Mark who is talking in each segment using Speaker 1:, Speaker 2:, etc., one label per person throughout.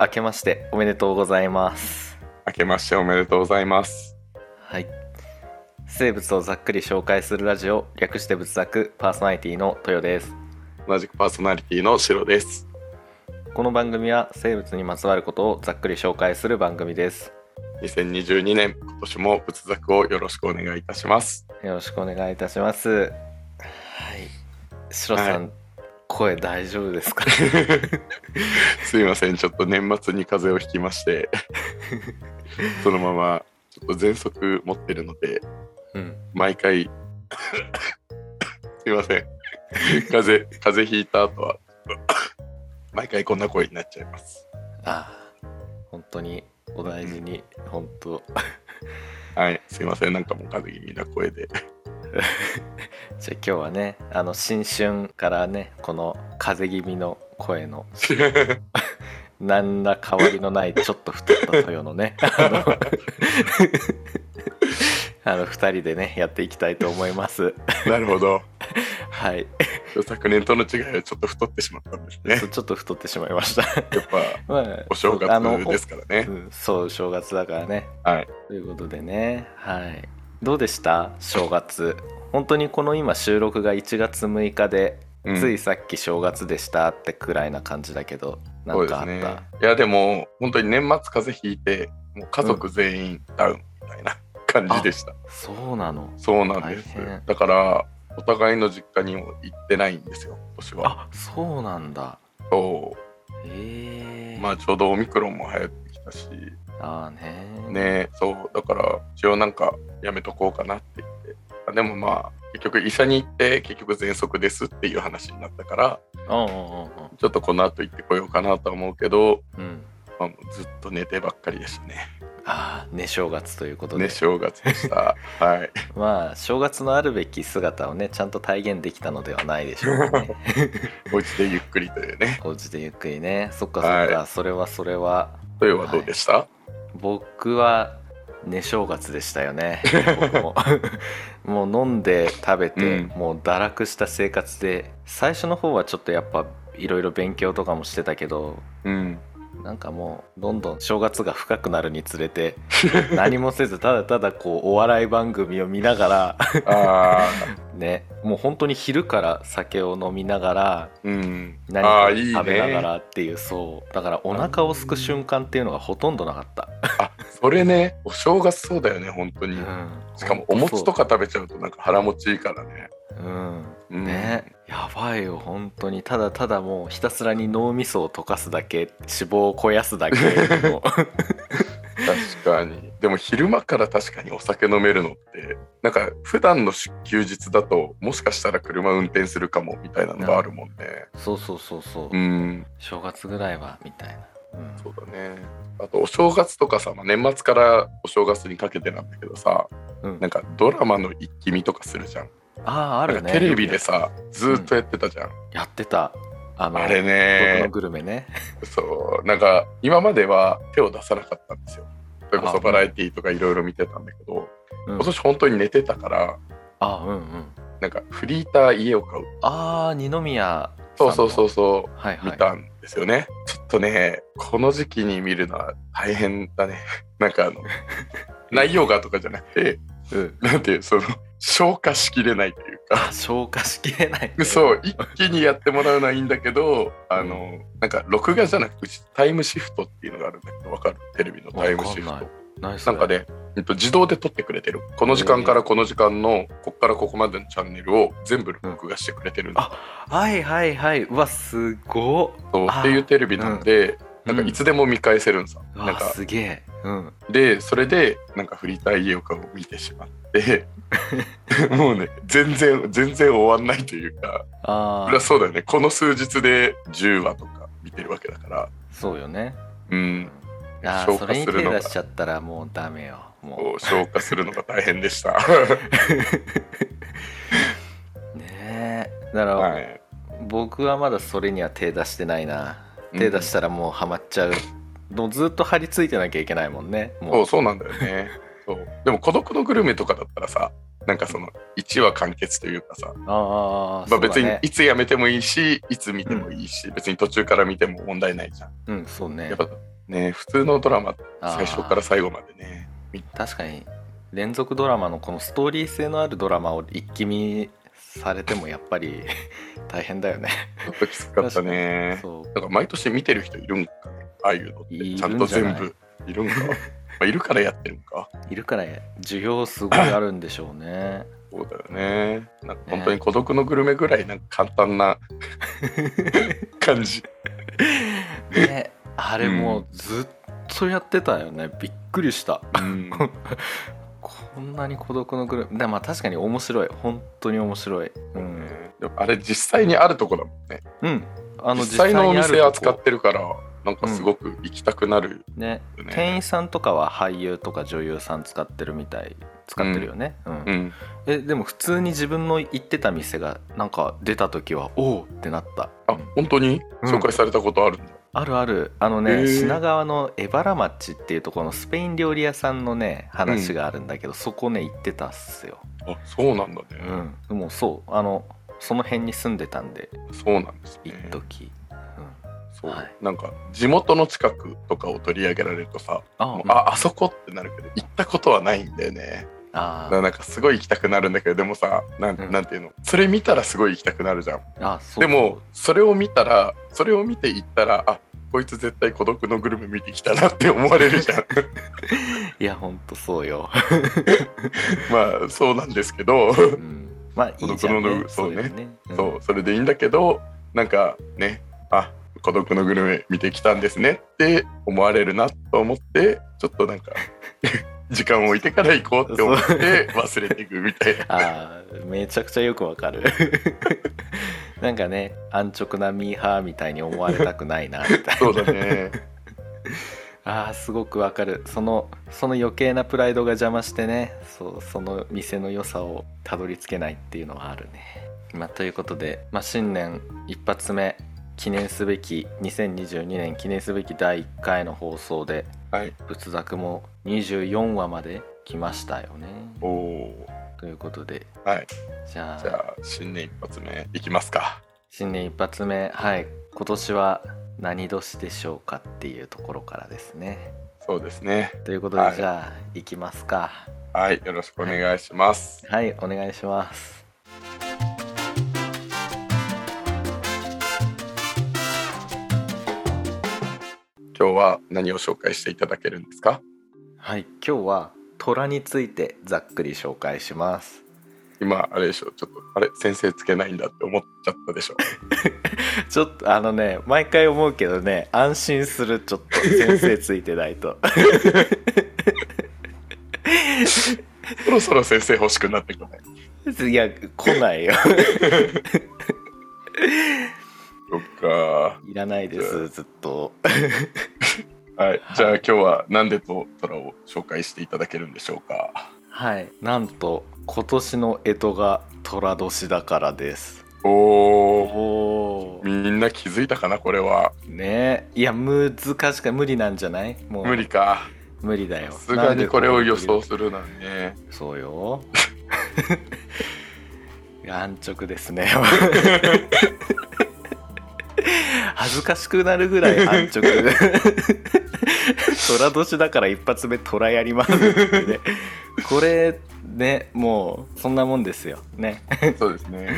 Speaker 1: 明けましておめでとうございます。
Speaker 2: 明けましておめでとうございます。
Speaker 1: はい。生物をざっくり紹介するラジオ、略して仏作パーソナリティの豊です。
Speaker 2: 同じくパーソナリティのシロです。
Speaker 1: この番組は生物にまつわることをざっくり紹介する番組です。
Speaker 2: 2022年、今年も仏作をよろしくお願いいたします。
Speaker 1: よろしくお願いいたします。はい。シロさん、
Speaker 2: は
Speaker 1: 声大丈夫ですか
Speaker 2: すいません、ちょっと年末に風邪をひきまして、そのままちょっと喘息持ってるので、
Speaker 1: うん。
Speaker 2: 毎回、すいません、風邪、風邪ひいた後は、毎回こんな声になっちゃいます。
Speaker 1: ああ、本当にお大事に、本当。
Speaker 2: はい、すいません、なんかもう風邪気味な声で。
Speaker 1: じゃあ今日はね、あの新春からね、この風邪気味の声の何ら変わりのないちょっと太った豊の ねあのあの2人でねやっていきたいと思います
Speaker 2: なるほど。
Speaker 1: はい
Speaker 2: 昨年との違いはちょっと太ってしまったんです ね
Speaker 1: そ。ちょっと太ってしまいました
Speaker 2: やっぱ
Speaker 1: まあ
Speaker 2: お正
Speaker 1: あの
Speaker 2: 月ですからね
Speaker 1: う。んそう正月だからね
Speaker 2: はい。
Speaker 1: ということでねはいどうでした正月本当にこの今収録が1月6日で、
Speaker 2: うん
Speaker 1: ついさっき正月でしたってくらいな感じだけどな
Speaker 2: そうんで
Speaker 1: かあ
Speaker 2: す
Speaker 1: った、
Speaker 2: ね。いやでも本当に年末風邪ひいてもう家族全員ダウンみたいな感じでした。
Speaker 1: そうなの
Speaker 2: そうなんです
Speaker 1: 大変。
Speaker 2: だからお互いの実家にも行ってないんですよ。今年は。
Speaker 1: あそうなんだ
Speaker 2: そ
Speaker 1: ええ
Speaker 2: う。まあちょうどオミクロンも流行ってきたし
Speaker 1: ああね
Speaker 2: ね。そうだから一応なんかやめとこうかなって言って。あでもまあ結局医者に行って結局喘息ですっていう話になったから
Speaker 1: うんうんうん
Speaker 2: ちょっとこの後行ってこようかなとは思うけど、
Speaker 1: うんうん
Speaker 2: まあ、もうずっと寝てばっかりでしたね。
Speaker 1: ああね正月ということで、
Speaker 2: ね、正月 でした。はい。
Speaker 1: まあ正月のあるべき姿をねちゃんと体現できたのではないでしょうか ね
Speaker 2: お家でゆっくりというね。
Speaker 1: お家でゆっくりねそっかそっか、
Speaker 2: は
Speaker 1: それはそれは
Speaker 2: というはどうでした、
Speaker 1: 僕はね正月でしたよ ね僕ももう飲んで食べて、
Speaker 2: うん
Speaker 1: もう堕落した生活で最初の方はちょっとやっぱいろいろ勉強とかもしてたけど
Speaker 2: うん。
Speaker 1: なんかもうどんどん正月が深くなるにつれ て何もせずただただこうお笑い番組を見ながら
Speaker 2: ああ、
Speaker 1: ねもう本当に昼から酒を飲みながら
Speaker 2: うん。
Speaker 1: 何
Speaker 2: あ
Speaker 1: か
Speaker 2: あ、
Speaker 1: を
Speaker 2: いい
Speaker 1: 食べなが
Speaker 2: ね。
Speaker 1: らっていうそうだからお腹をすく瞬間っていうのがほとんどなかった、
Speaker 2: それね、お正月そうだよね、本当に。
Speaker 1: うん
Speaker 2: しかもお餅とか食べちゃうとなんか腹持ちいいからね。
Speaker 1: うん
Speaker 2: うん、
Speaker 1: ねやばいよ本当にただただもうひたすらに脳みそを溶かすだけ脂肪を肥やすだけ もう
Speaker 2: 確かに。でも昼間から確かにお酒飲めるのって、なんか普段の出休日だと、もしかしたら車運転するかもみたいなのがあるもんね。
Speaker 1: そうそうそうそう、
Speaker 2: うん。
Speaker 1: 正月ぐらいはみたいな、うん
Speaker 2: そうだね。あとお正月とかさ、まあ、年末からお正月にかけてなんだけどさ、
Speaker 1: うん
Speaker 2: なんかドラマの一気見とかするじゃん。
Speaker 1: ああある
Speaker 2: なん
Speaker 1: ね
Speaker 2: かテレビでさ、ずーっとやってたじゃん。
Speaker 1: やってたあの
Speaker 2: あ
Speaker 1: 僕
Speaker 2: れ
Speaker 1: の
Speaker 2: ね、
Speaker 1: グルメね
Speaker 2: そう、なんか今までは手を出さなかったんですよ。それこ
Speaker 1: あう
Speaker 2: そ
Speaker 1: ん
Speaker 2: バラエティーとかいろいろ見てたんだけど、
Speaker 1: うん
Speaker 2: 今年本当に寝てたから、
Speaker 1: あうんうん
Speaker 2: なんかフリーター家を買う。
Speaker 1: ああ二宮さん
Speaker 2: そう
Speaker 1: の
Speaker 2: そうそうそ、
Speaker 1: はいうはい
Speaker 2: 見たんですよね。ちょっとね、この時期に見るのは大変だね。 なんかあ の、内容がとかじゃなくて、
Speaker 1: うん
Speaker 2: なんていうその消化しきれないというか
Speaker 1: あ消化しきれない、ね、
Speaker 2: そう一気にやってもらうのはいいんだけどあのなんか録画じゃなくてうちタイムシフトっていうのがあるんだけどわかるテレビのタイムシフ
Speaker 1: わかん
Speaker 2: ト
Speaker 1: 何そ
Speaker 2: な
Speaker 1: れ
Speaker 2: んかね、えっと、自動で撮ってくれてるこの時間からこの時間のこっからここまでのチャンネルを全部録画してくれてるんだ
Speaker 1: あはいはいはいうわすごっ
Speaker 2: そう
Speaker 1: あ
Speaker 2: っていうテレビなん
Speaker 1: う
Speaker 2: で、
Speaker 1: ん
Speaker 2: なんかいつでも見返せるんさ、
Speaker 1: う
Speaker 2: なん
Speaker 1: わ
Speaker 2: か
Speaker 1: すげえうん
Speaker 2: でそれでなんかフリーター家をかを見てしまって もうね全然全然終わんないというか
Speaker 1: あ
Speaker 2: そりゃ
Speaker 1: あ
Speaker 2: そうだよねこの数日で10話とか見てるわけだから
Speaker 1: そうよね
Speaker 2: うん
Speaker 1: あー
Speaker 2: 消
Speaker 1: そ
Speaker 2: 化
Speaker 1: れ
Speaker 2: す
Speaker 1: に
Speaker 2: る
Speaker 1: 手
Speaker 2: のが
Speaker 1: 出しちゃったらもうダメよも
Speaker 2: こう消化するのが大変 でした
Speaker 1: うねえだから、
Speaker 2: はい
Speaker 1: 僕はまだそれには手出してないな
Speaker 2: うん
Speaker 1: 手出したらもうハマっちゃう、もうずっと張り付いてなきゃいけないもんね
Speaker 2: そ
Speaker 1: も
Speaker 2: うそうなんだよねそうでも「孤独のグルメ」とかだったらさなんかその1話完結というかさ、
Speaker 1: ああ、
Speaker 2: ま
Speaker 1: そ
Speaker 2: あ、
Speaker 1: うだ
Speaker 2: 別に
Speaker 1: ね
Speaker 2: いつやめてもいいしいつ見てもいいし、別に途中から見ても問題ないじゃん
Speaker 1: うんそうね
Speaker 2: やっぱね普通のドラマ
Speaker 1: あー
Speaker 2: 最初から最後までね
Speaker 1: 確かに連続ドラマのこのストーリー性のあるドラマを一気見されてもやっぱり 大変だよね
Speaker 2: ちょっときつかったね
Speaker 1: そう
Speaker 2: だから毎年見てる人いるんかねああいうのって
Speaker 1: いるん
Speaker 2: ち
Speaker 1: じゃ
Speaker 2: ゃ
Speaker 1: ない
Speaker 2: んと全部 いるんか、まあ、いるからやってるんか
Speaker 1: いるから需要すごいあるんでしょうね
Speaker 2: そうだよねなんか本当に孤独のグルメぐらいなんか簡 単な感じ
Speaker 1: ねあれもうずっとやってたよねびっくりした
Speaker 2: うん
Speaker 1: こんなに孤独のグループでまあ確かに面白い本当に面白いうん、
Speaker 2: でもあれ実際にあるとこだもんね
Speaker 1: うん、あの
Speaker 2: 実際のお
Speaker 1: にある
Speaker 2: 店
Speaker 1: とこ
Speaker 2: 扱ってるからなんかすごく行きたくなる
Speaker 1: ね
Speaker 2: よね、
Speaker 1: 店員さんとかは俳優とか女優さん使ってるみたい使ってるよね、うん
Speaker 2: うん、
Speaker 1: えでも普通に自分の行ってた店がなんか出た時はおおってなった
Speaker 2: あ本当に
Speaker 1: うん
Speaker 2: 紹介されたことあるんだ、
Speaker 1: あるあるあの
Speaker 2: へ
Speaker 1: ね
Speaker 2: ー
Speaker 1: 品川の荏原町っていうところのスペイン料理屋さんのね話があるんだけど、そこね行ってたっすよ、
Speaker 2: あそうなんだね、
Speaker 1: うん、でもそうあのその辺に住んでたんで
Speaker 2: そうなんです
Speaker 1: 一
Speaker 2: ね
Speaker 1: 時、うん、
Speaker 2: そう、
Speaker 1: はい
Speaker 2: なんか地元の近くとかを取り上げられるとさ
Speaker 1: あ
Speaker 2: もうああそこってなるけど行ったことはないんだよねだ
Speaker 1: あ
Speaker 2: からなんかすごい行きたくなるんだけどでもさなん,、
Speaker 1: うん
Speaker 2: なんていうのそれ見たらすごい行きたくなるじゃん
Speaker 1: ああそう
Speaker 2: でもそれを見たらそれを見て行ったらあこいつ絶対孤独のグルメ見てきたなって思われるじゃ ん
Speaker 1: いやほんとそう よ、
Speaker 2: まあそうなんですけど
Speaker 1: うん、まあいいじゃん、
Speaker 2: 孤独
Speaker 1: ね
Speaker 2: の、そうね
Speaker 1: よねん
Speaker 2: そうそれでいいんだけどなんかねあ孤独のグルメ見てきたんですねって思われるなと思ってちょっとな んか時間を置いてから行こうって思って忘れていくみたいな。
Speaker 1: あーめちゃくちゃよくわかる なんかね安直なミーハーみたいに思われたくないなみたい
Speaker 2: そうだね。
Speaker 1: なあーすごくわかるそのその余計なプライドが邪魔してねそうその店の良さをたどり着けないっていうのはあるね、まあ、ということで、まあ、新年一発目記念すべき2022年記念すべき第1回の放送で
Speaker 2: はい。
Speaker 1: 仏作も24話まで来ましたよね
Speaker 2: おおー。
Speaker 1: ということで
Speaker 2: はい。
Speaker 1: じゃあ
Speaker 2: じゃあ新年一発目いきますか。
Speaker 1: 新年一発目はい今年は何年でしょうかっていうところからですね
Speaker 2: そうですね。
Speaker 1: ということで、
Speaker 2: はい
Speaker 1: じゃあ行きますか
Speaker 2: はい。よろしくお願いします。
Speaker 1: はいお願いします
Speaker 2: 今日は何を紹介していただけるんですか。
Speaker 1: はい今日は虎についてざっくり紹介します
Speaker 2: 今あれでしょ。ちょっとあれ先生つけないんだって思っちゃったでしょ。
Speaker 1: ちょっとあのね毎回思うけどね安心するちょっと先生ついてないと
Speaker 2: そろそろ先生欲しくなってこない。
Speaker 1: いや来ないよ
Speaker 2: そっか。
Speaker 1: いらないですずっと
Speaker 2: はい、じゃあ今日はなんでと虎を紹介していただけるんでしょうか。
Speaker 1: はいなんと今年の干支が虎年だからです
Speaker 2: おお、
Speaker 1: お
Speaker 2: みんな気づいたかなこれは。
Speaker 1: ねえいや難しく無理なんじゃないもう
Speaker 2: 無理か。
Speaker 1: 無理だよ
Speaker 2: さすがにこれを予想するなんね。
Speaker 1: そうよ 安直ですね 恥ずかしくなるぐらい安直虎年だから一発目虎やりますってねこれねもうそんなもんですよね
Speaker 2: そうですね。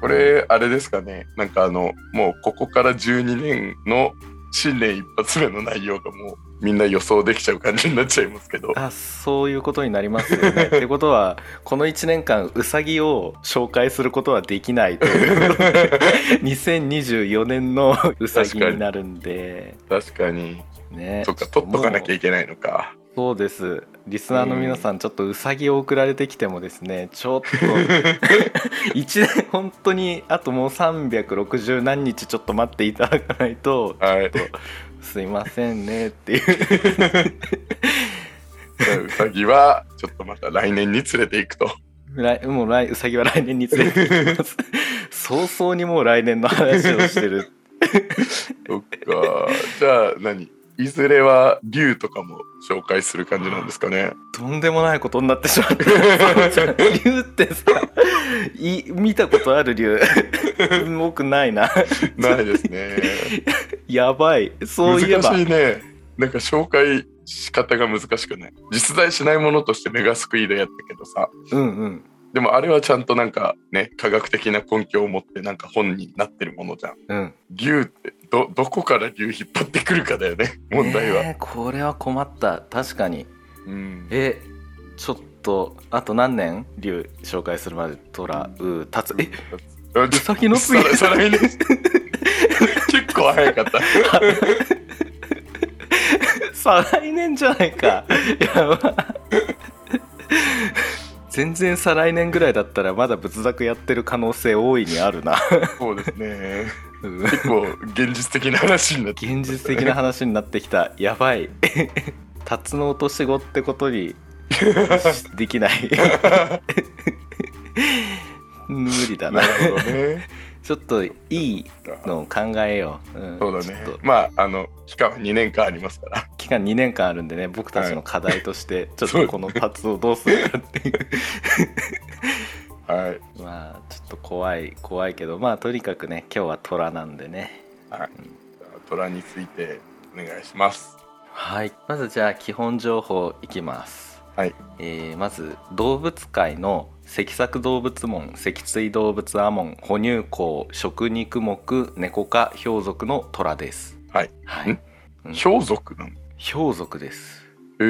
Speaker 2: これあれですかね。なんかあのもうここから12年の新年一発目の内容がもうみんな予想できちゃう感じになっちゃいますけど。
Speaker 1: あそういうことになりますよ ねってことはこの1年間うさぎを紹介することはできないということで 2024年のうさぎになるんで
Speaker 2: 確かに。
Speaker 1: ね
Speaker 2: そっか取っとかなきゃ
Speaker 1: もう
Speaker 2: いけないのか。
Speaker 1: そうですリスナーの皆さんちょっとうさぎを送られてきてもですねちょっと 一年本当にあともう360何日ちょっと待っていただかないと
Speaker 2: はい。
Speaker 1: すいませんねっていう
Speaker 2: じゃあうさぎはちょっとまた来年に連れてい くと。
Speaker 1: 来もう来うさぎは来年に連れて行きます 早々にもう来年の話をしてる
Speaker 2: そっか。じゃあ何いずれは竜とかも紹介する感じなんですか ね。
Speaker 1: とんでもないことになってしまった竜ってさい見たことある竜僕ないな
Speaker 2: ないですね。
Speaker 1: やばいそういえば
Speaker 2: 難しいね。なんか紹介仕方が難しくない実在しないものとしてメガスクイードやったけどさ
Speaker 1: うんうん
Speaker 2: でもあれはちゃんとなんかね科学的な根拠を持ってなんか本になってるものじゃん
Speaker 1: うん
Speaker 2: 牛ってどどこから牛引っ張ってくるかだよね問題は、
Speaker 1: えーこれは困った確かに
Speaker 2: うん
Speaker 1: えちょっとあと何年竜紹介するまでトラウータツえ
Speaker 2: あ
Speaker 1: う
Speaker 2: ちょ
Speaker 1: さぎの次
Speaker 2: それそれ 見ね結構早かった
Speaker 1: 再来年じゃないかやば全然再来年ぐらいだったらまだ仏作やってる可能性大いにあるな
Speaker 2: そうですね
Speaker 1: うん
Speaker 2: 結構現実的な話にな って
Speaker 1: 現実的な話になってきたやばいタツの落とし子ってことにできない無理だな
Speaker 2: なるほど ね
Speaker 1: ちょっといいのを考えよう、うん
Speaker 2: そうだ
Speaker 1: ちょっ
Speaker 2: ね
Speaker 1: と
Speaker 2: まああの期間は2年間ありますから
Speaker 1: 期間2年間あるんでね僕たちの課題としてちょっ
Speaker 2: そう
Speaker 1: とこのタツをどうするかっていう
Speaker 2: はい
Speaker 1: まあちょっと怖い怖いけどまあとにかくね今日は虎なんでね
Speaker 2: 虎についてお願いします
Speaker 1: はいまずじゃあ基本情報いきます
Speaker 2: はい
Speaker 1: えーまず動物界の脊索動物門脊椎動物亜門哺乳綱食肉目猫科氷属の虎です
Speaker 2: はい、
Speaker 1: はい、
Speaker 2: ん
Speaker 1: うん
Speaker 2: 氷族なの
Speaker 1: 氷属です
Speaker 2: へ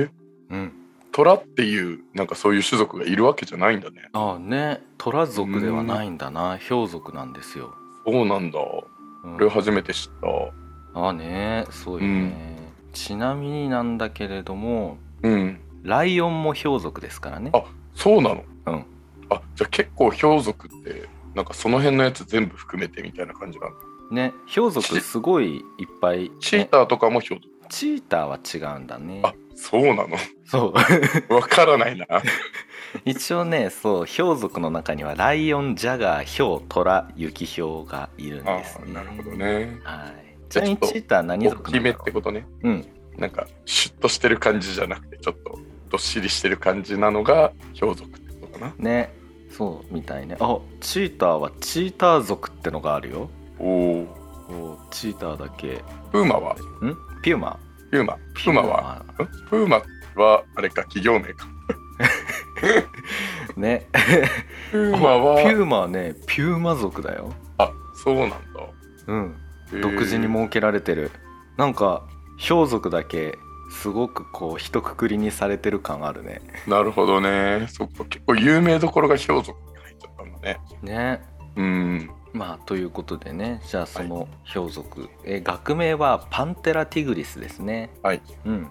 Speaker 2: え
Speaker 1: うん
Speaker 2: 虎っていうなんかそういう種族がいるわけじゃないんだね
Speaker 1: ああね虎族ではないんだな氷属なんですよ、
Speaker 2: そうなんだ
Speaker 1: うん
Speaker 2: これ初めて知った
Speaker 1: ああねそうよね、ちなみになんだけれども
Speaker 2: うん
Speaker 1: ライオンも氷族ですからね
Speaker 2: あそうなの
Speaker 1: うん
Speaker 2: あじゃあ結構氷族ってなんかその辺のやつ全部含めてみたいな感じなの
Speaker 1: ね氷族すごいいっぱい、ね、
Speaker 2: チーターとかも氷族
Speaker 1: チーターは違うんだね
Speaker 2: あそうなの
Speaker 1: そう
Speaker 2: わからないな
Speaker 1: 一応ねそう氷族の中にはライオンジャガー氷虎雪氷がいるん
Speaker 2: あ
Speaker 1: です
Speaker 2: ー
Speaker 1: ね
Speaker 2: なるほどね
Speaker 1: はいち
Speaker 2: じ
Speaker 1: なみ
Speaker 2: ゃあちょ
Speaker 1: に
Speaker 2: っと
Speaker 1: チーター何
Speaker 2: 大
Speaker 1: 族な
Speaker 2: き
Speaker 1: ん
Speaker 2: め
Speaker 1: だ
Speaker 2: っ
Speaker 1: ろ
Speaker 2: てことね
Speaker 1: ううん
Speaker 2: なんかシュッとしてる感じじゃなくてちょっとどっしりしてる感じなのが氷族ってことかな
Speaker 1: ねそうみたいねあチーターはチーター族ってのがあるよ
Speaker 2: おお
Speaker 1: おチーターだけん
Speaker 2: プーマは
Speaker 1: ピューマ
Speaker 2: ピューマプーマはんプーマはあれか企業名か
Speaker 1: ね
Speaker 2: ピューマは
Speaker 1: ピューマはねピューマ族だよ
Speaker 2: あそうなんだ
Speaker 1: うん独自に設けられてるなんか氷族だけすごくこう一括りにされてる感あるね
Speaker 2: へーなるほどねそっか結構有名どころが氷族に入っちゃったんだね
Speaker 1: ね
Speaker 2: うん
Speaker 1: まあということでねじゃあその氷族、え学名はパンテラティグリスですね
Speaker 2: はい
Speaker 1: うん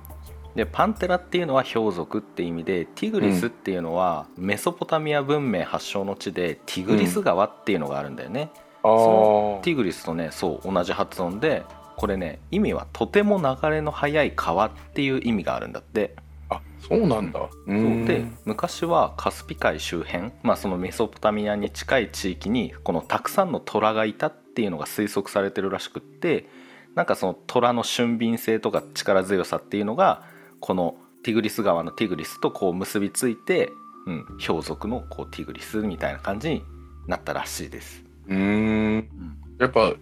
Speaker 1: でパンテラっていうのは氷族って意味でティグリスっていうのはメソポタミア文明発祥の地でティグリス川っていうのがあるんだよね、
Speaker 2: あ
Speaker 1: そ
Speaker 2: ー
Speaker 1: ティグリスとねそう同じ発音でこれね意味はとても流れの速い川っていう意味があるんだって
Speaker 2: あそうなんだう
Speaker 1: そうで
Speaker 2: ん
Speaker 1: 昔はカスピ海周辺、まあ、そのメソポタミアに近い地域にこのたくさんの虎がいたっていうのが推測されてるらしくってなんかその虎の俊敏性とか力強さっていうのがこのティグリス川のティグリスとこう結びついて、うん、氷族のこうティグリスみたいな感じになったらしいです。
Speaker 2: うーんやっぱ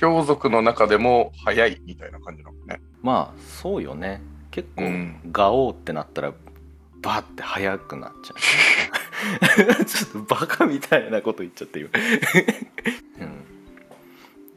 Speaker 2: 氷族の中でも早いみたいな感じなのね
Speaker 1: まあそうよね結構
Speaker 2: うん
Speaker 1: ガオーってなったらバーって速くなっちゃう ちょっとバカみたいなこと言っちゃって今、 うん、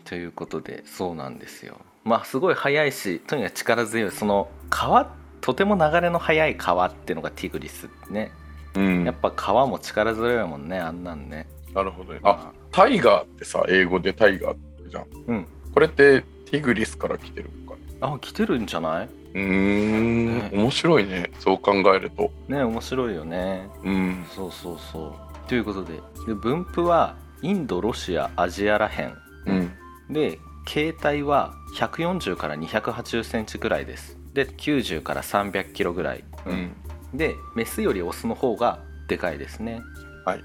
Speaker 1: ということでそうなんですよまあすごい速いしとにかく力強いその川とても流れの速い川っていうのがティグリスね
Speaker 2: うん
Speaker 1: やっぱ川も力強いもんねあんなんね
Speaker 2: なるほどねあタイガーってさ英語でタイガーってじゃん
Speaker 1: うん
Speaker 2: これってティグリスから来てるのかな
Speaker 1: あ来てるんじゃないう
Speaker 2: ー
Speaker 1: ね
Speaker 2: ん面白いねそう考えると
Speaker 1: ね面白いよね
Speaker 2: うん
Speaker 1: そうそうそうということでで分布はインドロシアアジアらへん
Speaker 2: うん
Speaker 1: で携帯は140から280センチぐらいですで90から300キロぐらい、
Speaker 2: う、ん
Speaker 1: でメスよりオスの方がでかいですね
Speaker 2: はい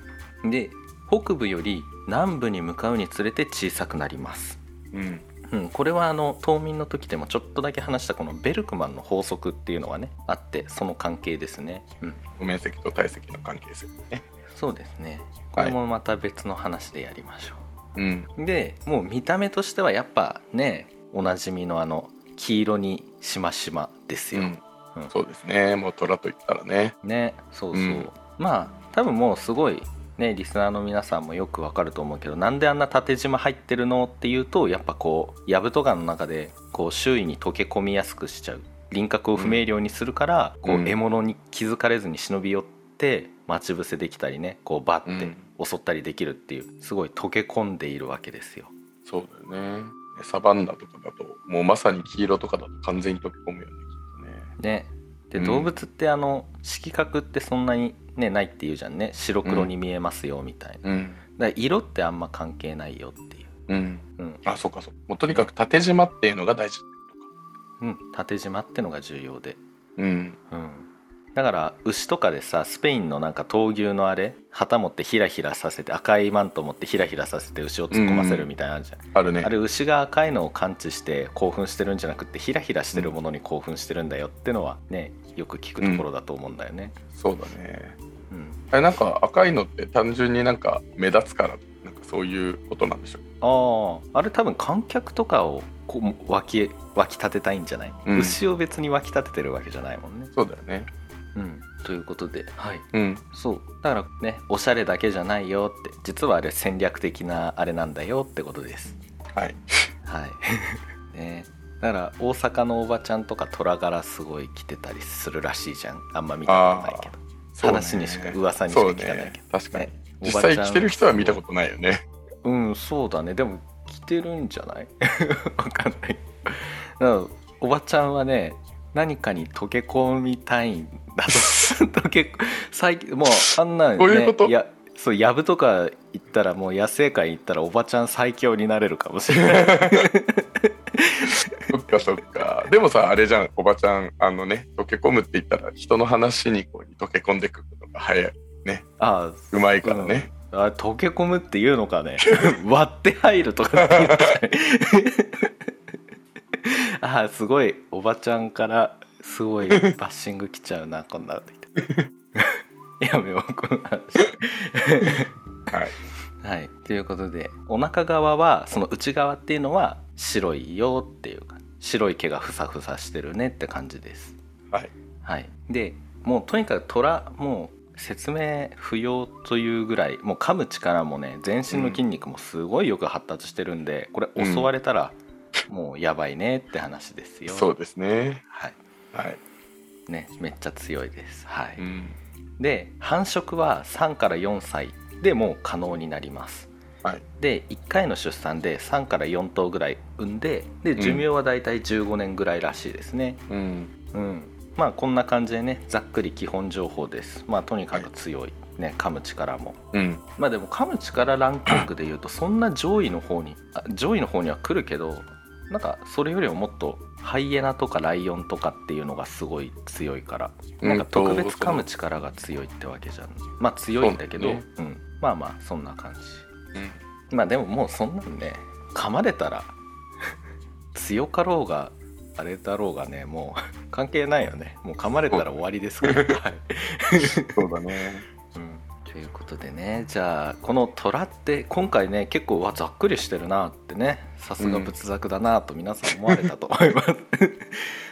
Speaker 1: で北部より南部に向かうにつれて小さくなります
Speaker 2: うん
Speaker 1: うん、これはあの冬眠の時でもちょっとだけ話したこのベルクマンの法則っていうのがねあってその関係ですね、うん、
Speaker 2: 面積と体積の関係性ね
Speaker 1: そうですねこれもまた別の話でやりましょう、
Speaker 2: うん
Speaker 1: でもう見た目としてはやっぱねおなじみのあの黄色にしましまです
Speaker 2: う
Speaker 1: よ、
Speaker 2: ん
Speaker 1: うん
Speaker 2: そうですねもう虎と言ったらね
Speaker 1: ねそうそう、
Speaker 2: うん
Speaker 1: まあ多分もうすごいねリスナーの皆さんもよくわかると思うけどなんであんな縦縞入ってるのっていうとやっぱこうヤブトガの中でこう周囲に溶け込みやすくしちゃう輪郭を不明瞭にするから、こ
Speaker 2: う
Speaker 1: うん獲物に気づかれずに忍び寄って待ち伏せできたりねこうバッて襲ったりできるっていうすごい溶け込んでいるわけですよ。
Speaker 2: そうだよねサバンナとかだともうまさに黄色とかだと完全に溶け込むよねきっとね
Speaker 1: ね、で
Speaker 2: うん
Speaker 1: 動物ってあの色覚ってそんなに、ね、ないっていうじゃんね白黒に見えますよみたいな。
Speaker 2: うん
Speaker 1: だから色ってあんま関係ないよっていう、
Speaker 2: うん
Speaker 1: うん
Speaker 2: あそうかそうもうとにかく縦縞っていうのが大事
Speaker 1: うん、縦縞ってのが重要で、
Speaker 2: うん
Speaker 1: うん、だから牛とかでさスペインのなんか闘牛のあれ旗持ってヒラヒラさせて赤いマント持ってヒラヒラさせて牛を突っ込ませるみたいなのあるじゃん、
Speaker 2: あるね
Speaker 1: あれ牛が赤いのを感知して興奮してるんじゃなくてヒラヒラしてるものに興奮してるんだよってのはねよく聞くところだと思うんだよね、
Speaker 2: そうだね
Speaker 1: うん、
Speaker 2: あれなんか赤いのって単純になんか目立つからなんかそういうことなんでしょう
Speaker 1: あああれ多分観客とかをこう湧き湧き立てたいんじゃない、
Speaker 2: うん
Speaker 1: 牛を別に湧き立ててるわけじゃないもんね、
Speaker 2: そうだよね
Speaker 1: うん、ということで、はい、
Speaker 2: うん
Speaker 1: そうだからねおしゃれだけじゃないよって実はあれ戦略的なあれなんだよってことです
Speaker 2: はい
Speaker 1: はい ねだから大阪のおばちゃんとか虎柄すごい着てたりするらしいじゃんあんま見たことないけど
Speaker 2: そうね
Speaker 1: 話にしか噂にしか聞かないけど
Speaker 2: そうね確かに、
Speaker 1: ね
Speaker 2: 実際着てる人は見たこととないよね
Speaker 1: うんそうだねでも着てるんじゃない わかんないだからおばちゃんはね何かに溶け込みたいんだと 溶け最近もうあんなん、ね、
Speaker 2: こういうこと
Speaker 1: やそうやぶとか行ったらもう野生界行ったらおばちゃん最強になれるかもしれない
Speaker 2: そっか そっかでもさあれじゃんおばちゃんあのね溶け込むって言ったら人の話にこう溶け込んでくるのが早い
Speaker 1: ああ
Speaker 2: うまいからね、
Speaker 1: あ溶け込むっていうのかね 割って入るとかって言ってた ああすごいおばちゃんからすごいバッシング来ちゃうなこんなの言って やめようこの話
Speaker 2: はい
Speaker 1: はいということでお腹側はその内側っていうのは白いよっていうか白い毛がふさふさしてるねって感じです
Speaker 2: はい
Speaker 1: はい、でもうとにかく虎もう説明不要というぐらいもう噛む力もね全身の筋肉もすごいよく発達してるんで、これ襲われたらもうやばいねって話ですよ、
Speaker 2: そうですね
Speaker 1: はい
Speaker 2: はい、
Speaker 1: ね、めっちゃ強いです、はい
Speaker 2: うん
Speaker 1: で繁殖は3から4歳でもう可能になります、
Speaker 2: はい
Speaker 1: で1回の出産で3から4頭ぐらい産んでで
Speaker 2: ん
Speaker 1: 寿命はだいたい15年ぐらいらしいですね、
Speaker 2: うん、
Speaker 1: うん、まあこんな感じでねざっくり基本情報ですまあとにかく強い、ね噛む力も
Speaker 2: うん、
Speaker 1: まあでも噛む力ランキングでいうとそんな上位の方にあ上位の方には来るけどなんかそれよりももっとハイエナとかライオンとかっていうのがすごい強いからなんか特別噛む力が強いってわけじゃんまあ強いんだけど、
Speaker 2: そうね
Speaker 1: うん、まあまあそんな感じまあでももうそんなんね噛まれたら 強かろうがあれだろうがねもう 関係ないよねもう噛まれたら終わりですから、はい
Speaker 2: そうだね
Speaker 1: うん、ということでねじゃあこの虎って今回ね結構わざっくりしてるなってねさすが仏作だなと皆さん思われたと思います、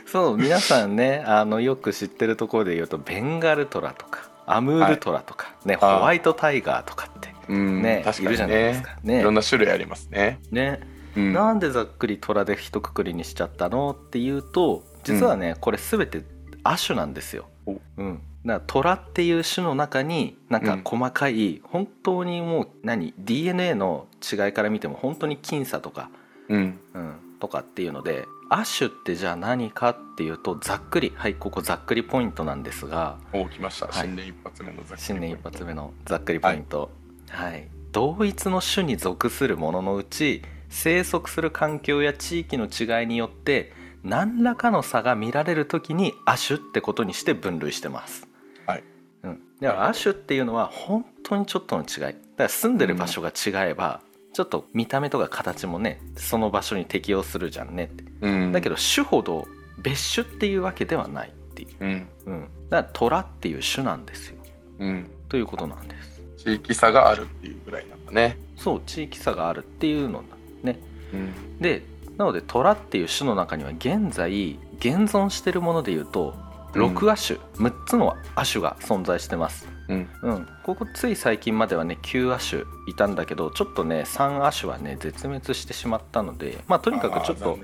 Speaker 1: そう皆さんねあのよく知ってるところで言うとベンガルトラとかアムールトラとか、ねホ
Speaker 2: あー
Speaker 1: ワイトタイガーとかって
Speaker 2: うん
Speaker 1: ね、
Speaker 2: 確
Speaker 1: い
Speaker 2: か
Speaker 1: る
Speaker 2: に
Speaker 1: じゃないです
Speaker 2: ね
Speaker 1: か
Speaker 2: い
Speaker 1: ね
Speaker 2: ろんな種類ありますね、
Speaker 1: ね
Speaker 2: うん、
Speaker 1: なんでざっくり虎で一括りにしちゃったのっていうと実はね、これ全て亜種なんですよ
Speaker 2: お。
Speaker 1: うん、だから虎っていう種の中になん
Speaker 2: う
Speaker 1: か
Speaker 2: ん
Speaker 1: 細かい、本当にもう何 DNA の違いから見ても本当に僅差とか、
Speaker 2: うん
Speaker 1: うん、とかっていうので亜種ってじゃあ何かっていうとざっくりはいここざっくりポイントなんですが
Speaker 2: お来ました、
Speaker 1: はい
Speaker 2: 新年一発目の雑誌
Speaker 1: 新年一発目のざっくりポイント、はい同一の種に属するもののうち生息する環境や地域の違いによって何らかの差が見られるときに亜種ってことにして分類してます。
Speaker 2: はい
Speaker 1: うん、だから亜種っていうのは本当にちょっとの違いだから住んでる場所が違えば、ちょっと見た目とか形もねその場所に適応するじゃんねって
Speaker 2: うん
Speaker 1: だけ
Speaker 2: ど
Speaker 1: ど種ほど別種っていうわけではないっていう、
Speaker 2: うん
Speaker 1: うん、だから虎っていう種なんですよ
Speaker 2: うん
Speaker 1: ということなんです
Speaker 2: 地域差があるっていうぐらいなんだね
Speaker 1: そう地域差があるっていうのね
Speaker 2: うん
Speaker 1: でなので虎っていう種の中には現在現存してるもので言うと6亜種、6つの亜種が存在してます
Speaker 2: うん
Speaker 1: うん、ここつい最近まではね9亜種いたんだけどちょっとね3亜種はね絶滅してしまったのでまあとにかくちょっと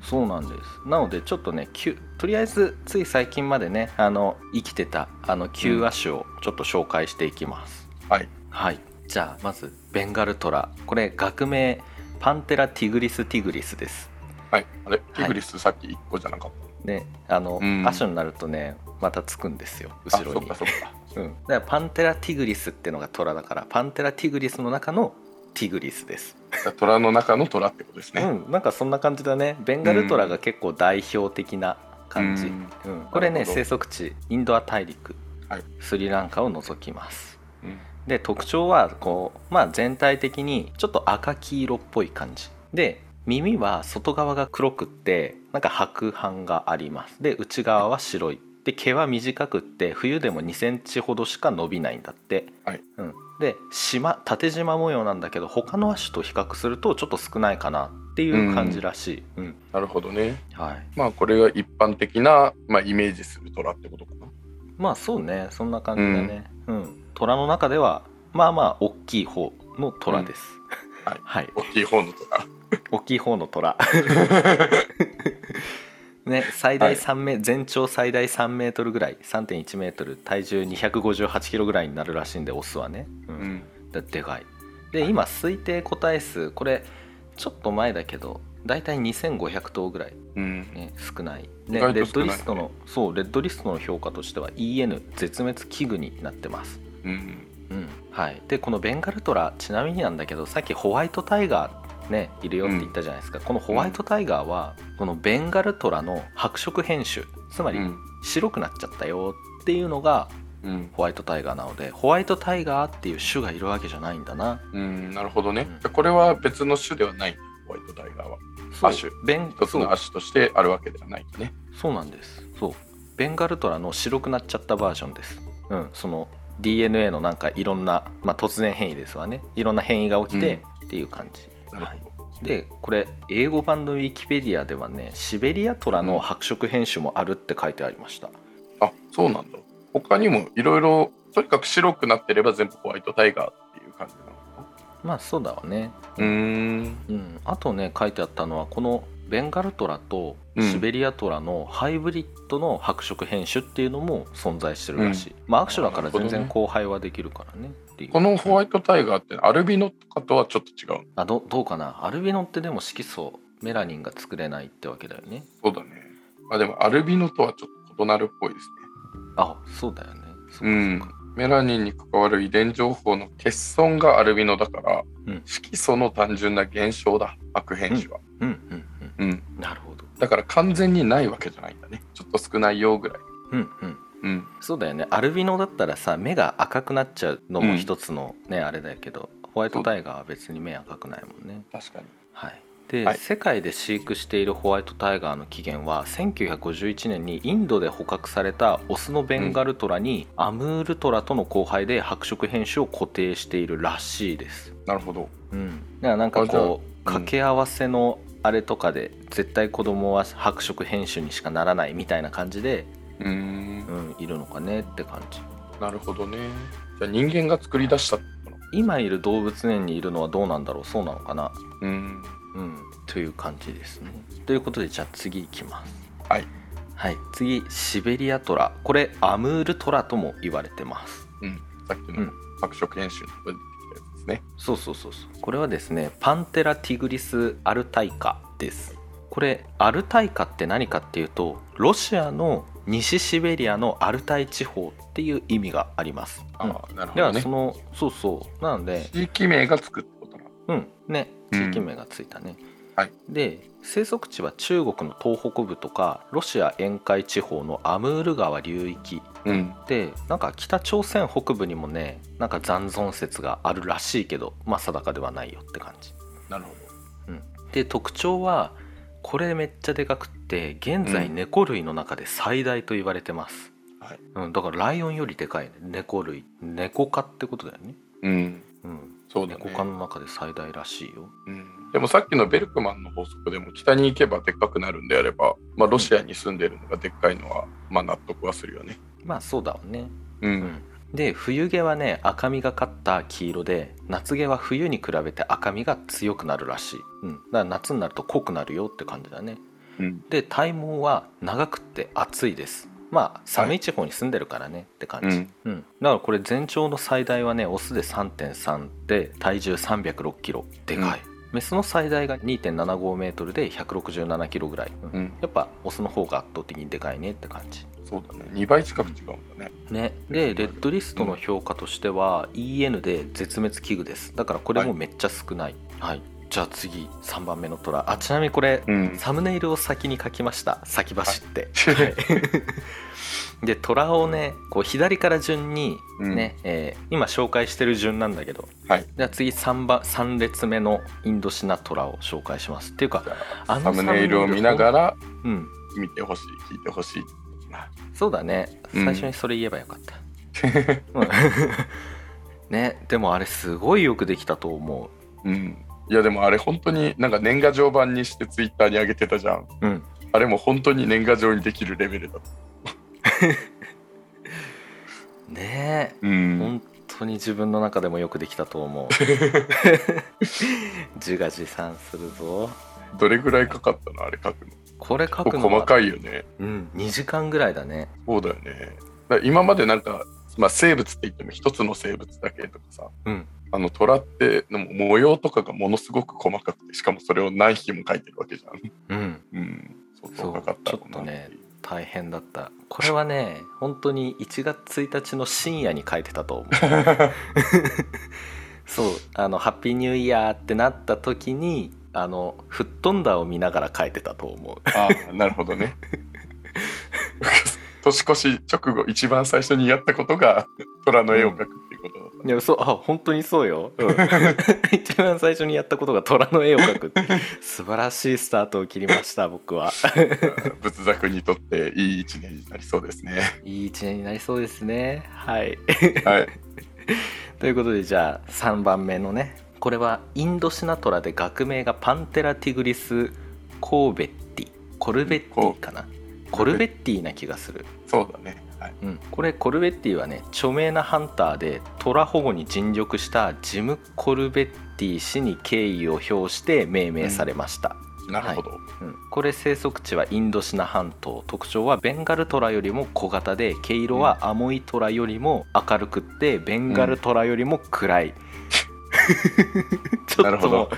Speaker 1: そうなんですなのでちょっとね旧とりあえずつい最近までねあの生きてたあの9亜種をちょっと紹介していきます、
Speaker 2: はい
Speaker 1: はいじゃあまずベンガルトラこれ学名パンテラティグリスティグリスです
Speaker 2: はいあれティグリスさっき1個じゃなかっ
Speaker 1: ねあの、
Speaker 2: うん
Speaker 1: 亜種になるとねまたつくんですよ
Speaker 2: た、
Speaker 1: 後ろ
Speaker 2: あそっ
Speaker 1: に
Speaker 2: かそっか
Speaker 1: うん、だからパンテラティグリスってのがトラだからパンテラティグリスの中のティグリスです、
Speaker 2: だから虎の中の虎ってことですね、
Speaker 1: うんなんかそんな感じだねベンガルトラが結構代表的な感じ、
Speaker 2: う
Speaker 1: うん
Speaker 2: ん
Speaker 1: これ
Speaker 2: な
Speaker 1: ね
Speaker 2: るほど
Speaker 1: 生息地インドア大陸、
Speaker 2: はい
Speaker 1: スリランカを除きます
Speaker 2: うん
Speaker 1: で特徴はこう、まあ、全体的にちょっと赤黄色っぽい感じで耳は外側が黒くってなんか白斑がありますで内側は白いで毛は短くって冬でも2センチほどしか伸びないんだって、
Speaker 2: はい
Speaker 1: うん、で島縦縞模様なんだけど他の足と比較するとちょっと少ないかなっていう感じらしい、うん
Speaker 2: なるほどね
Speaker 1: はい、
Speaker 2: まあこれが一般的な、まあ、イメージする虎ってことかな
Speaker 1: まあそうねそんな感じだね、うん虎の中ではまあまあ大きい方の虎です、
Speaker 2: うんはい
Speaker 1: はい、
Speaker 2: 大きい方の虎
Speaker 1: 大きい方の 虎ね最大3メ、全長最大3メートルぐらい3.1メートル体重258キロぐらいになるらしいんでオスはね、う
Speaker 2: うんん
Speaker 1: ででかいで今推定個体数これちょっと前だけど大体2500頭ぐらい、
Speaker 2: うん
Speaker 1: ね、少ないでレ
Speaker 2: 意外と
Speaker 1: ッド
Speaker 2: 少ない
Speaker 1: リストのそうレッドリストの評価としては EN 絶滅危惧になってます
Speaker 2: うん
Speaker 1: うんはい、でこのベンガルトラちなみになんだけどさっきホワイトタイガーねいるよって言ったじゃないですか、このホワイトタイガーはこのベンガルトラの白色変種つまり
Speaker 2: うん
Speaker 1: 白くなっちゃったよっていうのが
Speaker 2: うん
Speaker 1: ホワイトタイガーなのでホワイトタイガーっていう種がいるわけじゃないんだな
Speaker 2: うんなるほどね
Speaker 1: うん、
Speaker 2: でこれは別の種ではないホワイトタイガーは
Speaker 1: そう
Speaker 2: 亜種
Speaker 1: ベン
Speaker 2: 一つ
Speaker 1: そう
Speaker 2: の足としてあるわけではないね
Speaker 1: そうなんですそうベンガルトラの白くなっちゃったバージョンですうんその DNA のなんかいろんな、まあ、突然変異ですわねいろんな変異が起きてっていう感じ、
Speaker 2: なるほど、
Speaker 1: でこれ英語版のウィキペディアではねシベリアトラの白色変種もあるって書いてありました、
Speaker 2: あそうなんだ他にもいろいろとにかく白くなってれば全部ホワイトタイガーっていう感じなのか
Speaker 1: まあそうだわね、
Speaker 2: なうん
Speaker 1: うん、あとね書いてあったのはこのベンガルトラと
Speaker 2: うん
Speaker 1: シベリアトラのハイブリッドの白色変種っていうのも存在してるらしい、まあアクショだから全
Speaker 2: なる
Speaker 1: 然
Speaker 2: ほ
Speaker 1: 交配はできるからねっていう
Speaker 2: このホワイトタイガーってアルビノとかとはちょっと違う
Speaker 1: あどどうかなアルビノってでも色素メラニンが作れないってわけだよね
Speaker 2: そうだねまあでもアルビノとはちょっと異なるっぽいですね
Speaker 1: あそうだよねそううか
Speaker 2: ん
Speaker 1: そうか、
Speaker 2: メラニンに関わる遺伝情報の欠損がアルビノだから、
Speaker 1: うん
Speaker 2: 色素の単純な減少だ白変種は、
Speaker 1: うん、うんうん
Speaker 2: うん
Speaker 1: なるほど
Speaker 2: だから完全にないわけじゃないんだねちょっと少ないよぐらい、
Speaker 1: うんうん
Speaker 2: うん、
Speaker 1: そうだよねアルビノだったらさ目が赤くなっちゃうのも一つのね、あれだけどホワイトタイガーは別に目赤くないもんね
Speaker 2: 確かに
Speaker 1: はいで、
Speaker 2: はい
Speaker 1: 世界で飼育しているホワイトタイガーの起源は1951年にインドで捕獲されたオスのベンガルトラにアムールトラとの交配で白色変種を固定しているらしいです
Speaker 2: なるほど
Speaker 1: うん、だからなんかこう
Speaker 2: あじゃあうん
Speaker 1: 掛け合わせのあれとかで絶対子供は白色変種にしかならないみたいな感じで、
Speaker 2: うーん
Speaker 1: うん、いるのかねって感じ
Speaker 2: なるほどねじゃあ人間が作り出したのかな
Speaker 1: 今いる動物園にいるのはどうなんだろうそうなのかな
Speaker 2: うん
Speaker 1: うんという感じですねということでじゃあ次いきます
Speaker 2: はい、
Speaker 1: はい、次シベリアトラこれアムールトラとも言われてます
Speaker 2: うんさっき
Speaker 1: う
Speaker 2: の
Speaker 1: ん
Speaker 2: 白色変種の出てきたやつですね、
Speaker 1: そうそうそうそうこれはですねパンテラティグリスアルタイカですこれアルタイカって何かっていうとロシアの西シベリアのアルタイ地方っていう意味があります、うん
Speaker 2: ああなるほ
Speaker 1: で
Speaker 2: ど
Speaker 1: は
Speaker 2: ね
Speaker 1: そのそうそうなので
Speaker 2: 地域名がつくってことなの
Speaker 1: うんね
Speaker 2: うん
Speaker 1: 地域名がついたね、
Speaker 2: はい
Speaker 1: で生息地は中国の東北部とかロシア沿海地方のアムール川流域
Speaker 2: うん
Speaker 1: でなんか北朝鮮北部にもねなんか残存説があるらしいけどまあ定かではないよって感じ
Speaker 2: なるほ
Speaker 1: で特徴はこれめっちゃでかくって現在
Speaker 2: うん
Speaker 1: 猫類の中で最大と言われてます、
Speaker 2: はい
Speaker 1: うん、だからライオンよりでかいね猫類猫科ってことだよね
Speaker 2: どうん
Speaker 1: うん
Speaker 2: そうだね
Speaker 1: 猫科の中で最大らしいよ
Speaker 2: うんでもさっきのベルクマンの法則でも北に行けばでっかくなるんであれば、まあ、ロシアに住んでるのがでっかいのは、まあ、納得はするよね。
Speaker 1: まあそうだわね
Speaker 2: う、
Speaker 1: うんんで冬毛はね赤みがかった黄色で夏毛は冬に比べて赤みが強くなるらしい、うん、だから夏になると濃くなるよって感じだね
Speaker 2: うん
Speaker 1: で体毛は長くって暑いですまあ寒い地方に住んでるからねって感じ、
Speaker 2: うん
Speaker 1: うん、だからこれ全長の最大はねオスで3.3で体重3 0 6キロでかい、メスの最大が2 7 5メートルで1 6 7キロぐらい、うん
Speaker 2: うん
Speaker 1: やっぱオスの方が圧倒的にでかいねって感じ
Speaker 2: そうだね2倍近く違うんだね。
Speaker 1: ねでレッドリストの評価としては EN で絶滅危惧ですだからこれもめっちゃ少ない、はい、じゃあ次3番目のトラあちなみにこれ
Speaker 2: うん、
Speaker 1: サムネイルを先に書きました先走って、はい、で虎をねこう左から順にね、えー今紹介してる順なんだけど、
Speaker 2: はい
Speaker 1: じゃあ次 3, 番3列目のインドシナトラを紹介しますっていうかあの
Speaker 2: サムネイルを見ながら
Speaker 1: うん
Speaker 2: 見てほしい聞いてほしい。
Speaker 1: そうだね
Speaker 2: うん
Speaker 1: 最初にそれ言えばよかっ た、うん ねでもあれすごいよくできたと思
Speaker 2: うん、いやでもあれ本当になんか年賀状版にしてツイッターに上げてたじゃん。
Speaker 1: ううん
Speaker 2: あれも本当に年賀状にできるレベルだった。
Speaker 1: ねえ
Speaker 2: うん、
Speaker 1: 本当に自分の中でもよくできたと思 う自画自賛するぞ
Speaker 2: どれぐらいかかったのあれ書くの
Speaker 1: これ書く
Speaker 2: 結
Speaker 1: の
Speaker 2: 構
Speaker 1: は
Speaker 2: 細かいよね。
Speaker 1: うん、2時間ぐらいだね
Speaker 2: そうだよね。だから今までなんか、まあ、生物って言っても一つの生物だけとかさ
Speaker 1: うん
Speaker 2: あの虎っての模様とかがものすごく細かくてしかもそれを何匹も描いてるわけじゃ
Speaker 1: う
Speaker 2: ん。
Speaker 1: ん
Speaker 2: うん、相
Speaker 1: そ
Speaker 2: 当
Speaker 1: う
Speaker 2: かかったろう
Speaker 1: ちょ
Speaker 2: な
Speaker 1: っとね大変だったこれはね本当に1月1日の深夜に書いてたと思 うそうあの「ハッピーニューイヤー」ってなった時にあの吹っ飛んだを見ながら書いてたと思う
Speaker 2: ああなるほどね。 年越し直後一番最初にやったことが虎の絵を描くっていうことだった。
Speaker 1: いやそうあ本当にそうよ、うん 一番最初にやったことが虎の絵を描くって 素晴らしいスタートを切りました僕は
Speaker 2: 仏作にとっていい一年になりそうですね。
Speaker 1: いい一年になりそうですねはい
Speaker 2: はい。
Speaker 1: ということでじゃあ3番目のねこれはインドシナトラで学名がパンテラティグリス・コーベッティコルベッティかなコルベッティな気がする、
Speaker 2: そうだね。はい。
Speaker 1: うん、これコルベッティはね著名なハンターでトラ保護に尽力したジム・コルベッティ氏に敬意を表して命名されました、
Speaker 2: なるほど。
Speaker 1: うん、これ生息地はインドシナ半島特徴はベンガルトラよりも小型で毛色はアモイトラよりも明るくってベンガルトラよりも暗 い、ちょっ
Speaker 2: なる
Speaker 1: とも
Speaker 2: ほど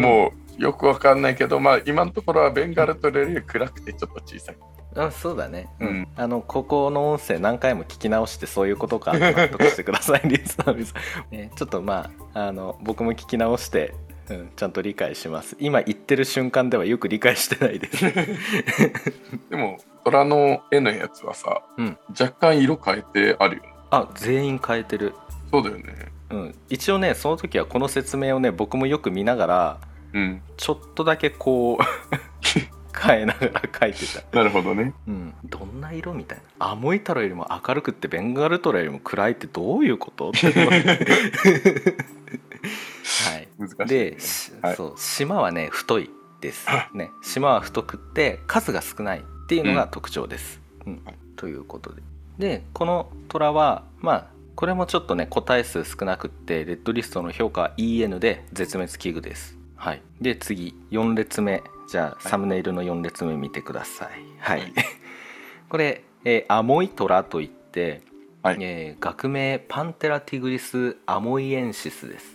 Speaker 2: もうよくわかんないけど、まあ今のところはベンガルトレより暗くてちょっと小さい。
Speaker 1: うあそうだね、
Speaker 2: うん
Speaker 1: あのここの音声何回も聞き直してそういうことかって納得してくださいリスナーの皆さん ねちょっとまああの僕も聞き直して、うん、ちゃんと理解します今言ってる瞬間ではよく理解してないです、
Speaker 2: でも虎の絵のやつはさ、
Speaker 1: うん
Speaker 2: 若干色変えてあるよね。
Speaker 1: あ全員変えてる
Speaker 2: そうだよね。
Speaker 1: うん、一応ねその時はこの説明をね僕もよく見ながら
Speaker 2: うん。
Speaker 1: ちょっとだけこう 変えながら書いてた、
Speaker 2: なるほどね。
Speaker 1: うん、どんな色みたいな「アモイタラよりも明るくってベンガルトラよりも暗いってどういうこと?」って 思ってはい
Speaker 2: 難しいね、
Speaker 1: で、し
Speaker 2: はい
Speaker 1: そう島はね太いです、ね、島は太くって数が少ないっていうのが特徴です、うん
Speaker 2: はい
Speaker 1: ということででこの虎はまあこれもちょっとね個体数少なくってレッドリストの評価は EN で絶滅危惧ですはいで次4列目じゃあ、サムネイルの4列目見てくださいはい、
Speaker 2: はい
Speaker 1: これ、えーアモイトラといって、
Speaker 2: はい
Speaker 1: えー学名パンテラティグリスアモイエンシスです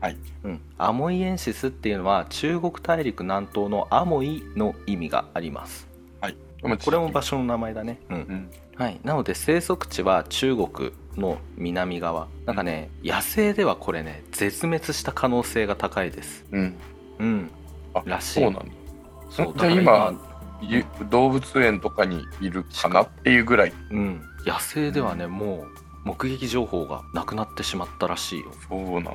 Speaker 2: はい。
Speaker 1: うん、アモイエンシスっていうのは中国大陸南東のアモイの意味があります
Speaker 2: でも
Speaker 1: これも場所の名前だね、うん
Speaker 2: うん。
Speaker 1: はい、なので生息地は中国の南側なんかね野生ではこれね絶滅した可能性が高いです
Speaker 2: うん。
Speaker 1: うん
Speaker 2: あ
Speaker 1: らしい
Speaker 2: そうなんだ。
Speaker 1: そう
Speaker 2: じゃあ
Speaker 1: だから
Speaker 2: ゆ動物園とかにいるかなっていうぐらい。
Speaker 1: うん、野生ではねもう目撃情報がなくなってしまったらしいよ
Speaker 2: そうなんだ。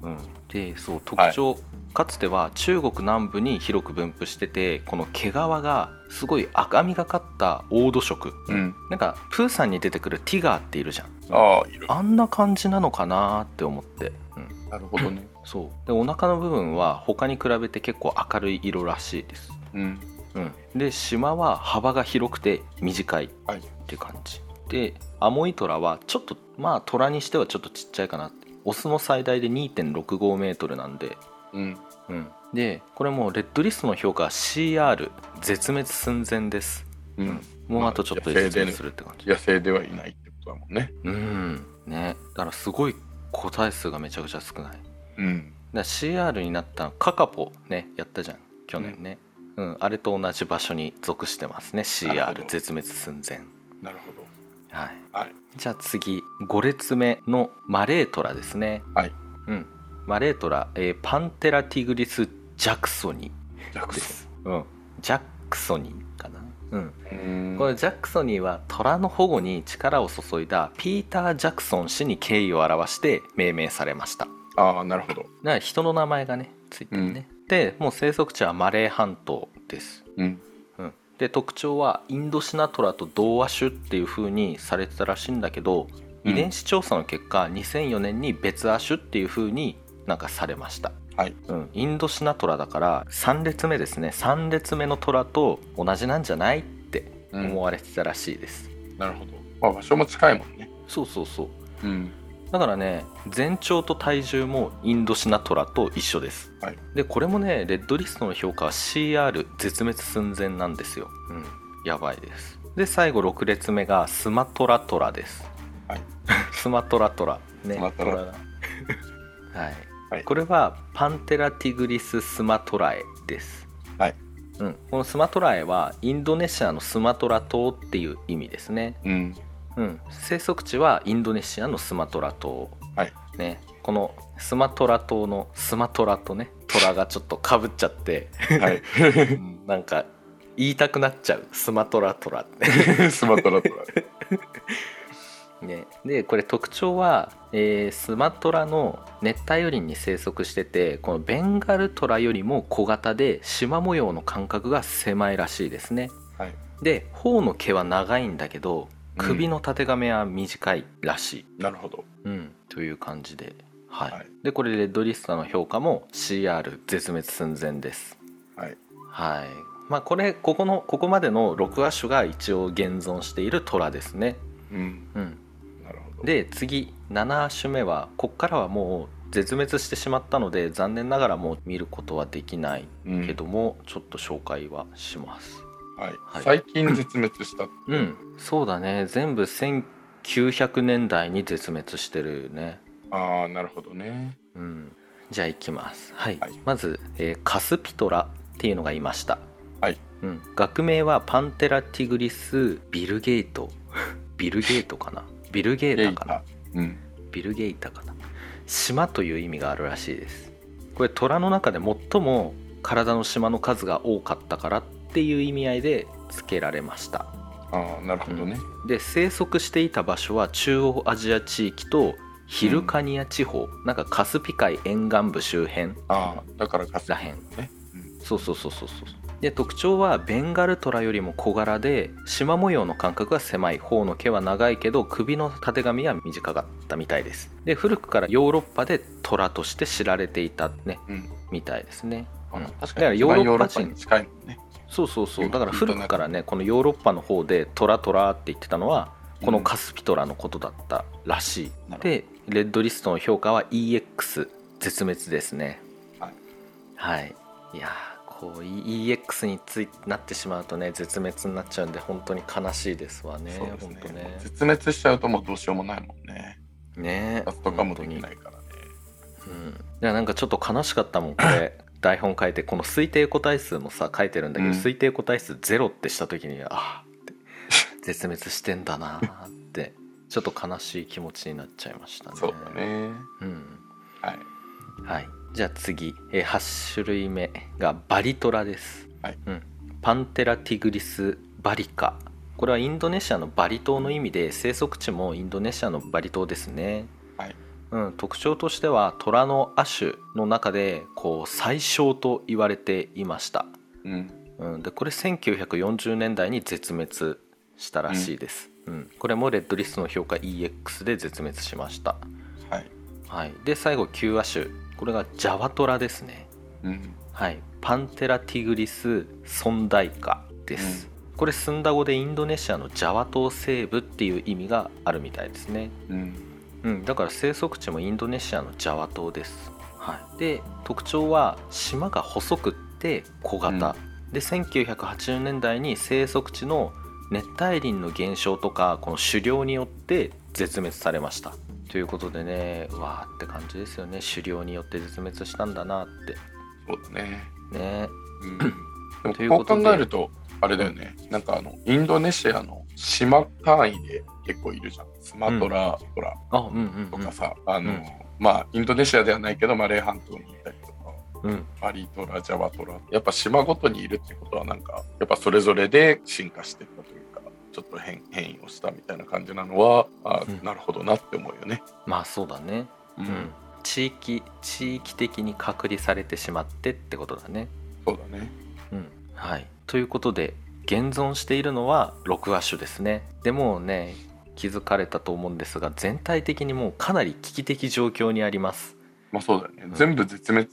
Speaker 1: うん、でそう特徴、かつては中国南部に広く分布しててこの毛皮がすごい赤みがかった黄土色、
Speaker 2: うん。
Speaker 1: なんかプーさんに出てくるティガーっているじゃん
Speaker 2: ああ、いる。
Speaker 1: あんな感じなのかなーって思って、うん、
Speaker 2: なるほどね。
Speaker 1: そうでお腹の部分は他に比べて結構明るい色らしいです、
Speaker 2: うん。
Speaker 1: うん、で島は幅が広くて短いっ
Speaker 2: はい
Speaker 1: ていう感じでアモイトラはちょっとまあ虎にしてはちょっとちっちゃいかなってオスの最大で2.65メートルなんで
Speaker 2: うん。
Speaker 1: うん、でこれもうレッドリストの評価は CR 絶滅寸前です
Speaker 2: うん。
Speaker 1: もう
Speaker 2: まあ
Speaker 1: あとちょっと
Speaker 2: 野生
Speaker 1: で
Speaker 2: で
Speaker 1: 絶滅するって感じ、
Speaker 2: 野生ではいないってことだもんね。
Speaker 1: うんねだからすごい個体数がめちゃくちゃ少ないだか
Speaker 2: うん。
Speaker 1: ら CR になったのカカポねやったじゃん去年ね、うんあれと同じ場所に属してますね
Speaker 2: なるほ
Speaker 1: CR
Speaker 2: ど
Speaker 1: 絶滅寸前
Speaker 2: なるほど。
Speaker 1: はい、
Speaker 2: はい
Speaker 1: じゃあ次5列目のマレートラですね
Speaker 2: はい
Speaker 1: うんマレートラ、えーパンテラティグリス・ジャクソニー
Speaker 2: ジャク
Speaker 1: で
Speaker 2: ソ
Speaker 1: す。うん、ジャックソニーかな。うん、
Speaker 2: ン。うん
Speaker 1: このジャックソニーは虎の保護に力を注いだピーター・ジャクソン氏に敬意を表して命名されましただか
Speaker 2: ああ、なるほど。
Speaker 1: ら人の名前がねついてるね、でもう生息地はマレー半島です、
Speaker 2: うん。
Speaker 1: うん、で特徴はインドシナトラと同亜種っていう風にされてたらしいんだけど
Speaker 2: うん
Speaker 1: 遺伝子調査の結果、2004年に別亜種っていう風になんかされました
Speaker 2: はい。
Speaker 1: うん、インドシナトラだから3列目ですね3列目の虎と同じなんじゃないって思われてたらしいです、
Speaker 2: なるほど。まあ、場所も近いもんね。
Speaker 1: そうそうそう
Speaker 2: うん。
Speaker 1: だからね全長と体重もインドシナトラと一緒です、
Speaker 2: はい
Speaker 1: でこれもねレッドリストの評価は CR 絶滅寸前なんですよ、うん、やばいですで最後6列目がスマトラトラです、
Speaker 2: はい
Speaker 1: スマトラトラね
Speaker 2: スマトラ
Speaker 1: 虎 がはい、
Speaker 2: はい
Speaker 1: これはパンテラティグリススマトラエです
Speaker 2: はい、
Speaker 1: うん、このスマトラエはインドネシアのスマトラ島っていう意味ですね
Speaker 2: うん。
Speaker 1: うん、生息地はインドネシアのスマトラ島、
Speaker 2: はい
Speaker 1: ね、このスマトラ島のスマトラとね虎がちょっとかぶっちゃ って、
Speaker 2: はい。
Speaker 1: うんなんか言いたくなっちゃうスマトラトラって、
Speaker 2: スマトラトラ。
Speaker 1: ね、でこれ特徴は、えースマトラの熱帯雨林に生息しててこのベンガルトラよりも小型で縞模様の間隔が狭いらしいですね
Speaker 2: はい。
Speaker 1: で頬の毛は長いんだけど
Speaker 2: うん
Speaker 1: 首のたてがめは短いらしい、
Speaker 2: なるほど。
Speaker 1: うん、という感じで、はい
Speaker 2: はい
Speaker 1: でこれレッドリストの評価も CR 絶滅寸前です
Speaker 2: はい。
Speaker 1: はいまあこれここのここまでの6亜種が一応現存しているトラですね、
Speaker 2: うん。
Speaker 1: うん、
Speaker 2: なるほど。
Speaker 1: で次7亜種目はここからはもう絶滅してしまったので残念ながらもう見ることはできない
Speaker 2: うん
Speaker 1: けども、ちょっと紹介はします
Speaker 2: はい
Speaker 1: はい
Speaker 2: 最近絶滅した。
Speaker 1: うんそうだね全部1900年代に絶滅してるね
Speaker 2: ああ、なるほどね。
Speaker 1: うん、じゃあ行きます、はい
Speaker 2: はい
Speaker 1: まず、えーカスピトラっていうのがいました、
Speaker 2: はい
Speaker 1: うん、学名はパンテラティグリスビルゲー トビルゲートかなビルゲータかな
Speaker 2: うん。
Speaker 1: ビルゲータかな島という意味があるらしいですこれ虎の中で最も体の島の数が多かったからっていう意味合いで付けられました
Speaker 2: ああ、なるほどね。
Speaker 1: で生息していた場所は中央アジア地域とヒルカニア地方、なんかカスピ海沿岸部周辺
Speaker 2: ああ、だからかす
Speaker 1: らへん
Speaker 2: ね。
Speaker 1: そうそうそうそうそうで特徴はベンガルトラよりも小柄で縞模様の間隔が狭い方の毛は長いけど首のたてがみは短かったみたいですで古くからヨーロッパでトラとして知られていたね
Speaker 2: うん。
Speaker 1: みたいですね、うん
Speaker 2: あ確
Speaker 1: だか
Speaker 2: からに
Speaker 1: ヨーロッパ
Speaker 2: 一番
Speaker 1: 人
Speaker 2: に近いもんね。
Speaker 1: そうそうそう
Speaker 2: うん
Speaker 1: だから古くからねこのヨーロッパの方でトラトラって言ってたのはこのカスピトラのことだったらしい、
Speaker 2: なるほど
Speaker 1: でレッドリストの評価は EX 絶滅ですね
Speaker 2: はい、
Speaker 1: はい、いやーこう EX についなってしまうとね絶滅になっちゃうんで本当に悲しいですわね
Speaker 2: そうです
Speaker 1: 本当
Speaker 2: ね
Speaker 1: ね。
Speaker 2: 絶滅しちゃうともうどうしようもないもんね。
Speaker 1: ね
Speaker 2: 脱とかもでき
Speaker 1: 本当に
Speaker 2: ないからね。
Speaker 1: うん、いやなんかちょっと悲しかったもんこ れ台本書いてこの推定個体数もさ書いてるんだけど、
Speaker 2: うん
Speaker 1: 推定個体数ゼロってした時にあーって絶滅してんだなーってちょっと悲しい気持ちになっちゃいましたね。
Speaker 2: そうだね。
Speaker 1: うん
Speaker 2: はい。
Speaker 1: はい、じゃあ次、えー8種類目がバリトラです、
Speaker 2: はい
Speaker 1: うん、パンテラティグリスバリカこれはインドネシアのバリ島の意味で生息地もインドネシアのバリ島ですね、
Speaker 2: はい
Speaker 1: うん、特徴としては虎の亜種の中でこう最小と言われていました、
Speaker 2: うん
Speaker 1: うん、でこれ1940年代に絶滅したらしいです、うんこれもレッドリストの評価 EX で絶滅しました、
Speaker 2: はい
Speaker 1: はい、で最後9亜種これがジャワトラですね
Speaker 2: うん
Speaker 1: はい、パンテラティグリス・ソンダイカです、これスンダ語でインドネシアのジャワ島西部っていう意味があるみたいですね、
Speaker 2: うん
Speaker 1: うん、だから生息地もインドネシアのジャワ島です、はい、で特徴は島が細くって小型、で1980年代に生息地の熱帯林の減少とかこの狩猟によって絶滅されましたということでねうわーって感じですよね狩猟によって絶滅したんだなって
Speaker 2: そうだね
Speaker 1: ね
Speaker 2: うん、
Speaker 1: と
Speaker 2: で
Speaker 1: いうこ
Speaker 2: もこと
Speaker 1: で
Speaker 2: う考えるとあれだよね、なんかあのインドネシアの島単位で結構いるじゃんスマトラ、ほら
Speaker 1: あうんうん
Speaker 2: と
Speaker 1: うん
Speaker 2: かさ、あの、
Speaker 1: うん
Speaker 2: まあインドネシアではないけどマレー半島にいたりとか
Speaker 1: うん、
Speaker 2: バリトラジャワトラやっぱ島ごとにいるってことはなんかやっぱそれぞれで進化してったというかちょっと変変異をしたみたいな感じなのはあ、
Speaker 1: うん
Speaker 2: なるほどなって思うよね。
Speaker 1: まあそうだね、
Speaker 2: う
Speaker 1: うんん地域地域的に隔離されてしまってってことだね、
Speaker 2: そうだね
Speaker 1: うんはい、ということで現存しているのは6亜種ですねでもうね気づかれたと思うんですが全体的にもうかなり危機的状況にあります
Speaker 2: まあそうだよね、
Speaker 1: ん
Speaker 2: 全部絶滅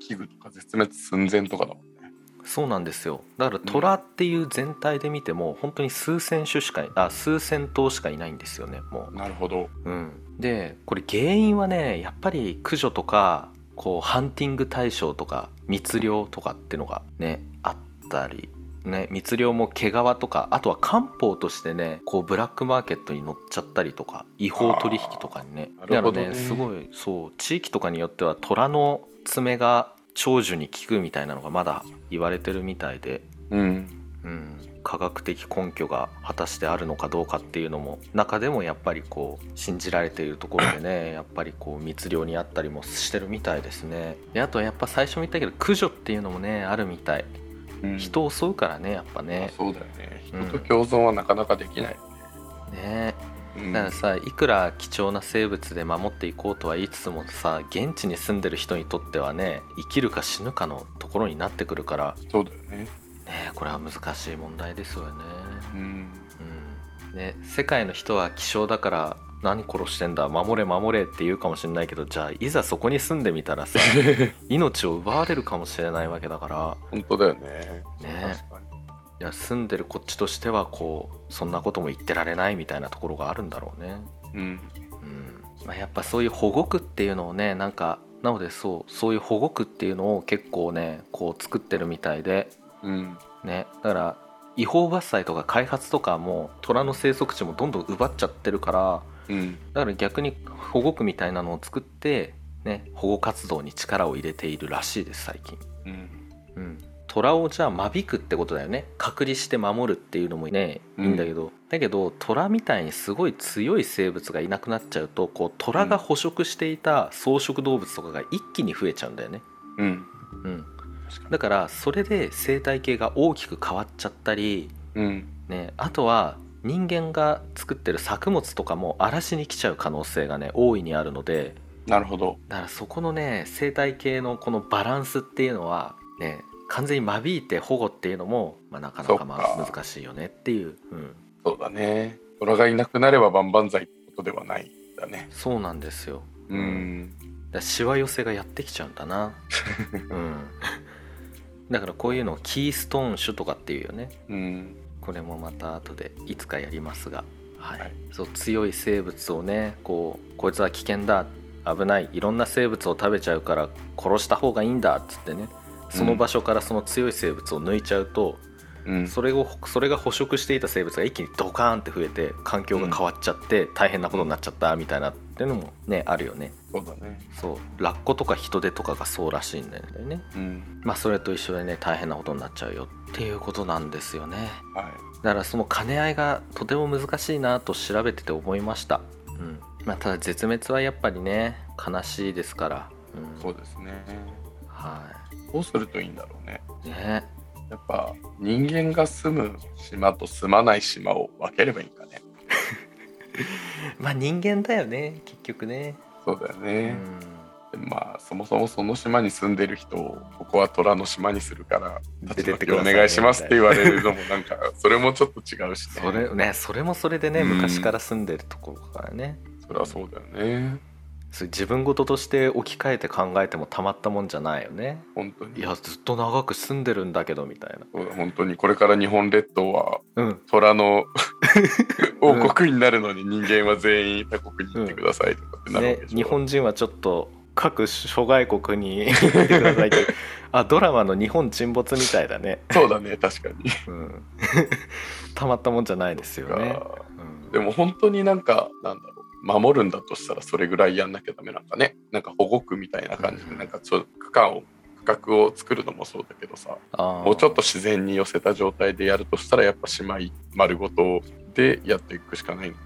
Speaker 2: 危惧とか絶滅寸前とかだもんね。
Speaker 1: そうなんですよだから虎っていう全体で見ても本当に数千種しかいあ数千頭しかいないんですよねもう
Speaker 2: なるほど。
Speaker 1: うん、でこれ原因はねやっぱり駆除とかこうハンティング対象とか密猟とかってのがねあったり、ね、密猟も毛皮とかあとは漢方としてねこうブラックマーケットに乗っちゃったりとか違法取引とかにね
Speaker 2: あーなるほどね
Speaker 1: だからすごいそう地域とかによっては虎の爪が長寿に効くみたいなのがまだ言われてるみたいで
Speaker 2: うん
Speaker 1: うん、科学的根拠が果たしてあるのかどうかっていうのも中でもやっぱりこう信じられているところでね やっぱりこう密漁にあったりもしてるみたいですねであとはやっぱ最初も言ったけど駆除っていうのもねあるみたい
Speaker 2: うん
Speaker 1: 人を襲うからねやっぱね
Speaker 2: そうだよね
Speaker 1: うん
Speaker 2: 人と共存はなかなかできない、
Speaker 1: ね
Speaker 2: うん
Speaker 1: だからさいくら貴重な生物で守っていこうとは言いつつもさ現地に住んでる人にとってはね生きるか死ぬかのところになってくるから
Speaker 2: そうだよね、
Speaker 1: ねこれは難しい問題ですよね
Speaker 2: うん、
Speaker 1: うんね、世界の人は希少だから何殺してんだ守れ守れって言うかもしれないけどじゃあいざそこに住んでみたらさ命を奪われるかもしれないわけだから
Speaker 2: 本当だよね
Speaker 1: ね
Speaker 2: 確かに
Speaker 1: いや住んでるこっちとしてはこうそんなことも言ってられないみたいなところがあるんだろうね。
Speaker 2: うん
Speaker 1: うんまあ、やっぱそういう保護区っていうのをねなんかなのでそうそういう保護区っていうのを結構ねこう作ってるみたいで
Speaker 2: うん
Speaker 1: ねだから違法伐採とか開発とかも虎の生息地もどんどん奪っちゃってるから
Speaker 2: うん
Speaker 1: だから逆に保護区みたいなのを作って、ね、保護活動に力を入れているらしいです最近、
Speaker 2: うん
Speaker 1: うん、虎をじゃあ間引くってことだよね隔離して守るっていうのもねい
Speaker 2: うん
Speaker 1: いんだけど、だけど虎みたいにすごい強い生物がいなくなっちゃうとこう虎が捕食していた草食動物とかが一気に増えちゃうんだよね、
Speaker 2: うん
Speaker 1: うん、
Speaker 2: 確か
Speaker 1: だからそれで生態系が大きく変わっちゃったり、
Speaker 2: にうん
Speaker 1: ね、あとは人間が作ってる作物とかも荒らしに来ちゃう可能性がね大いにあるので
Speaker 2: なるほど
Speaker 1: だからそこのね生態系のこのバランスっていうのはね完全に間引いて保護っていうのも、まあ、なかなかまあ
Speaker 2: そっか
Speaker 1: 難しいよねっていう、うん、
Speaker 2: そうだね虎がいなくなれば万々歳ってことではないんだね
Speaker 1: そうなんですよ
Speaker 2: うん、
Speaker 1: だからしわ寄せがやってきちゃうんだな、うん、 だからこういうのをキーストーン種とかっていうよね
Speaker 2: うん
Speaker 1: これもまた後でいつかやりますが、はい
Speaker 2: はい
Speaker 1: そう強い生物をねこうこいつは危険だ危ないいろんな生物を食べちゃうから殺した方がいいんだっつってねその場所からその強い生物を抜いちゃうと、
Speaker 2: うん
Speaker 1: それをそれが捕食していた生物が一気にドカーンって増えて環境が変わっちゃって大変なことになっちゃったみたいなっていうのもねあるよね
Speaker 2: そうだね
Speaker 1: そうラッコとかヒトデとかがそうらしいんだよね
Speaker 2: うん
Speaker 1: まあそれと一緒でね大変なことになっちゃうよっていうことなんですよね
Speaker 2: は
Speaker 1: だからその兼ね合いがとても難しいなと調べてて思いました、うんまあ、ただ絶滅はやっぱりね悲しいですから、
Speaker 2: い
Speaker 1: うん
Speaker 2: そうですね
Speaker 1: は
Speaker 2: どうするといいんだろうね
Speaker 1: いね、
Speaker 2: やっぱ人間が住む島と住まない島を分ければいいんだね
Speaker 1: まあ人間だよね結局ね
Speaker 2: そうだよ
Speaker 1: う
Speaker 2: ね、
Speaker 1: ん
Speaker 2: まあそもそもその島に住んでる人をここは虎の島にするから
Speaker 1: 出てってくださ
Speaker 2: お
Speaker 1: いね
Speaker 2: 願いしますって言われるのもなんかそれもちょっと違うし、ね、
Speaker 1: それねそれもそれでね
Speaker 2: うん
Speaker 1: 昔から住んでるところからね、
Speaker 2: そりゃそうだよね
Speaker 1: それ自分事として置き換えて考えてもたまったもんじゃないよね
Speaker 2: 本当に
Speaker 1: いやずっと長く住んでるんだけどみたい
Speaker 2: そうだ本当にこれから日本列島は
Speaker 1: なうん
Speaker 2: 虎の王国になるのに人間は全員他国に行ってくださいとかってなるわ
Speaker 1: ね
Speaker 2: けでしょ
Speaker 1: 日本人はちょっと各諸外国に 行ってくださいってあドラマの日本沈没みたいだね、
Speaker 2: そうだね確かに、
Speaker 1: うん たまったもんじゃないですよね、うん
Speaker 2: でも本当になんかなんだろう守るんだとしたらそれぐらいやんなきゃダメなんかねなんか保護区みたいな感じでなんかちょ区間を区画を作るのもそうだけどさ
Speaker 1: あー
Speaker 2: もうちょっと自然に寄せた状態でやるとしたらやっぱ島丸ごとでやっていくしかないんだ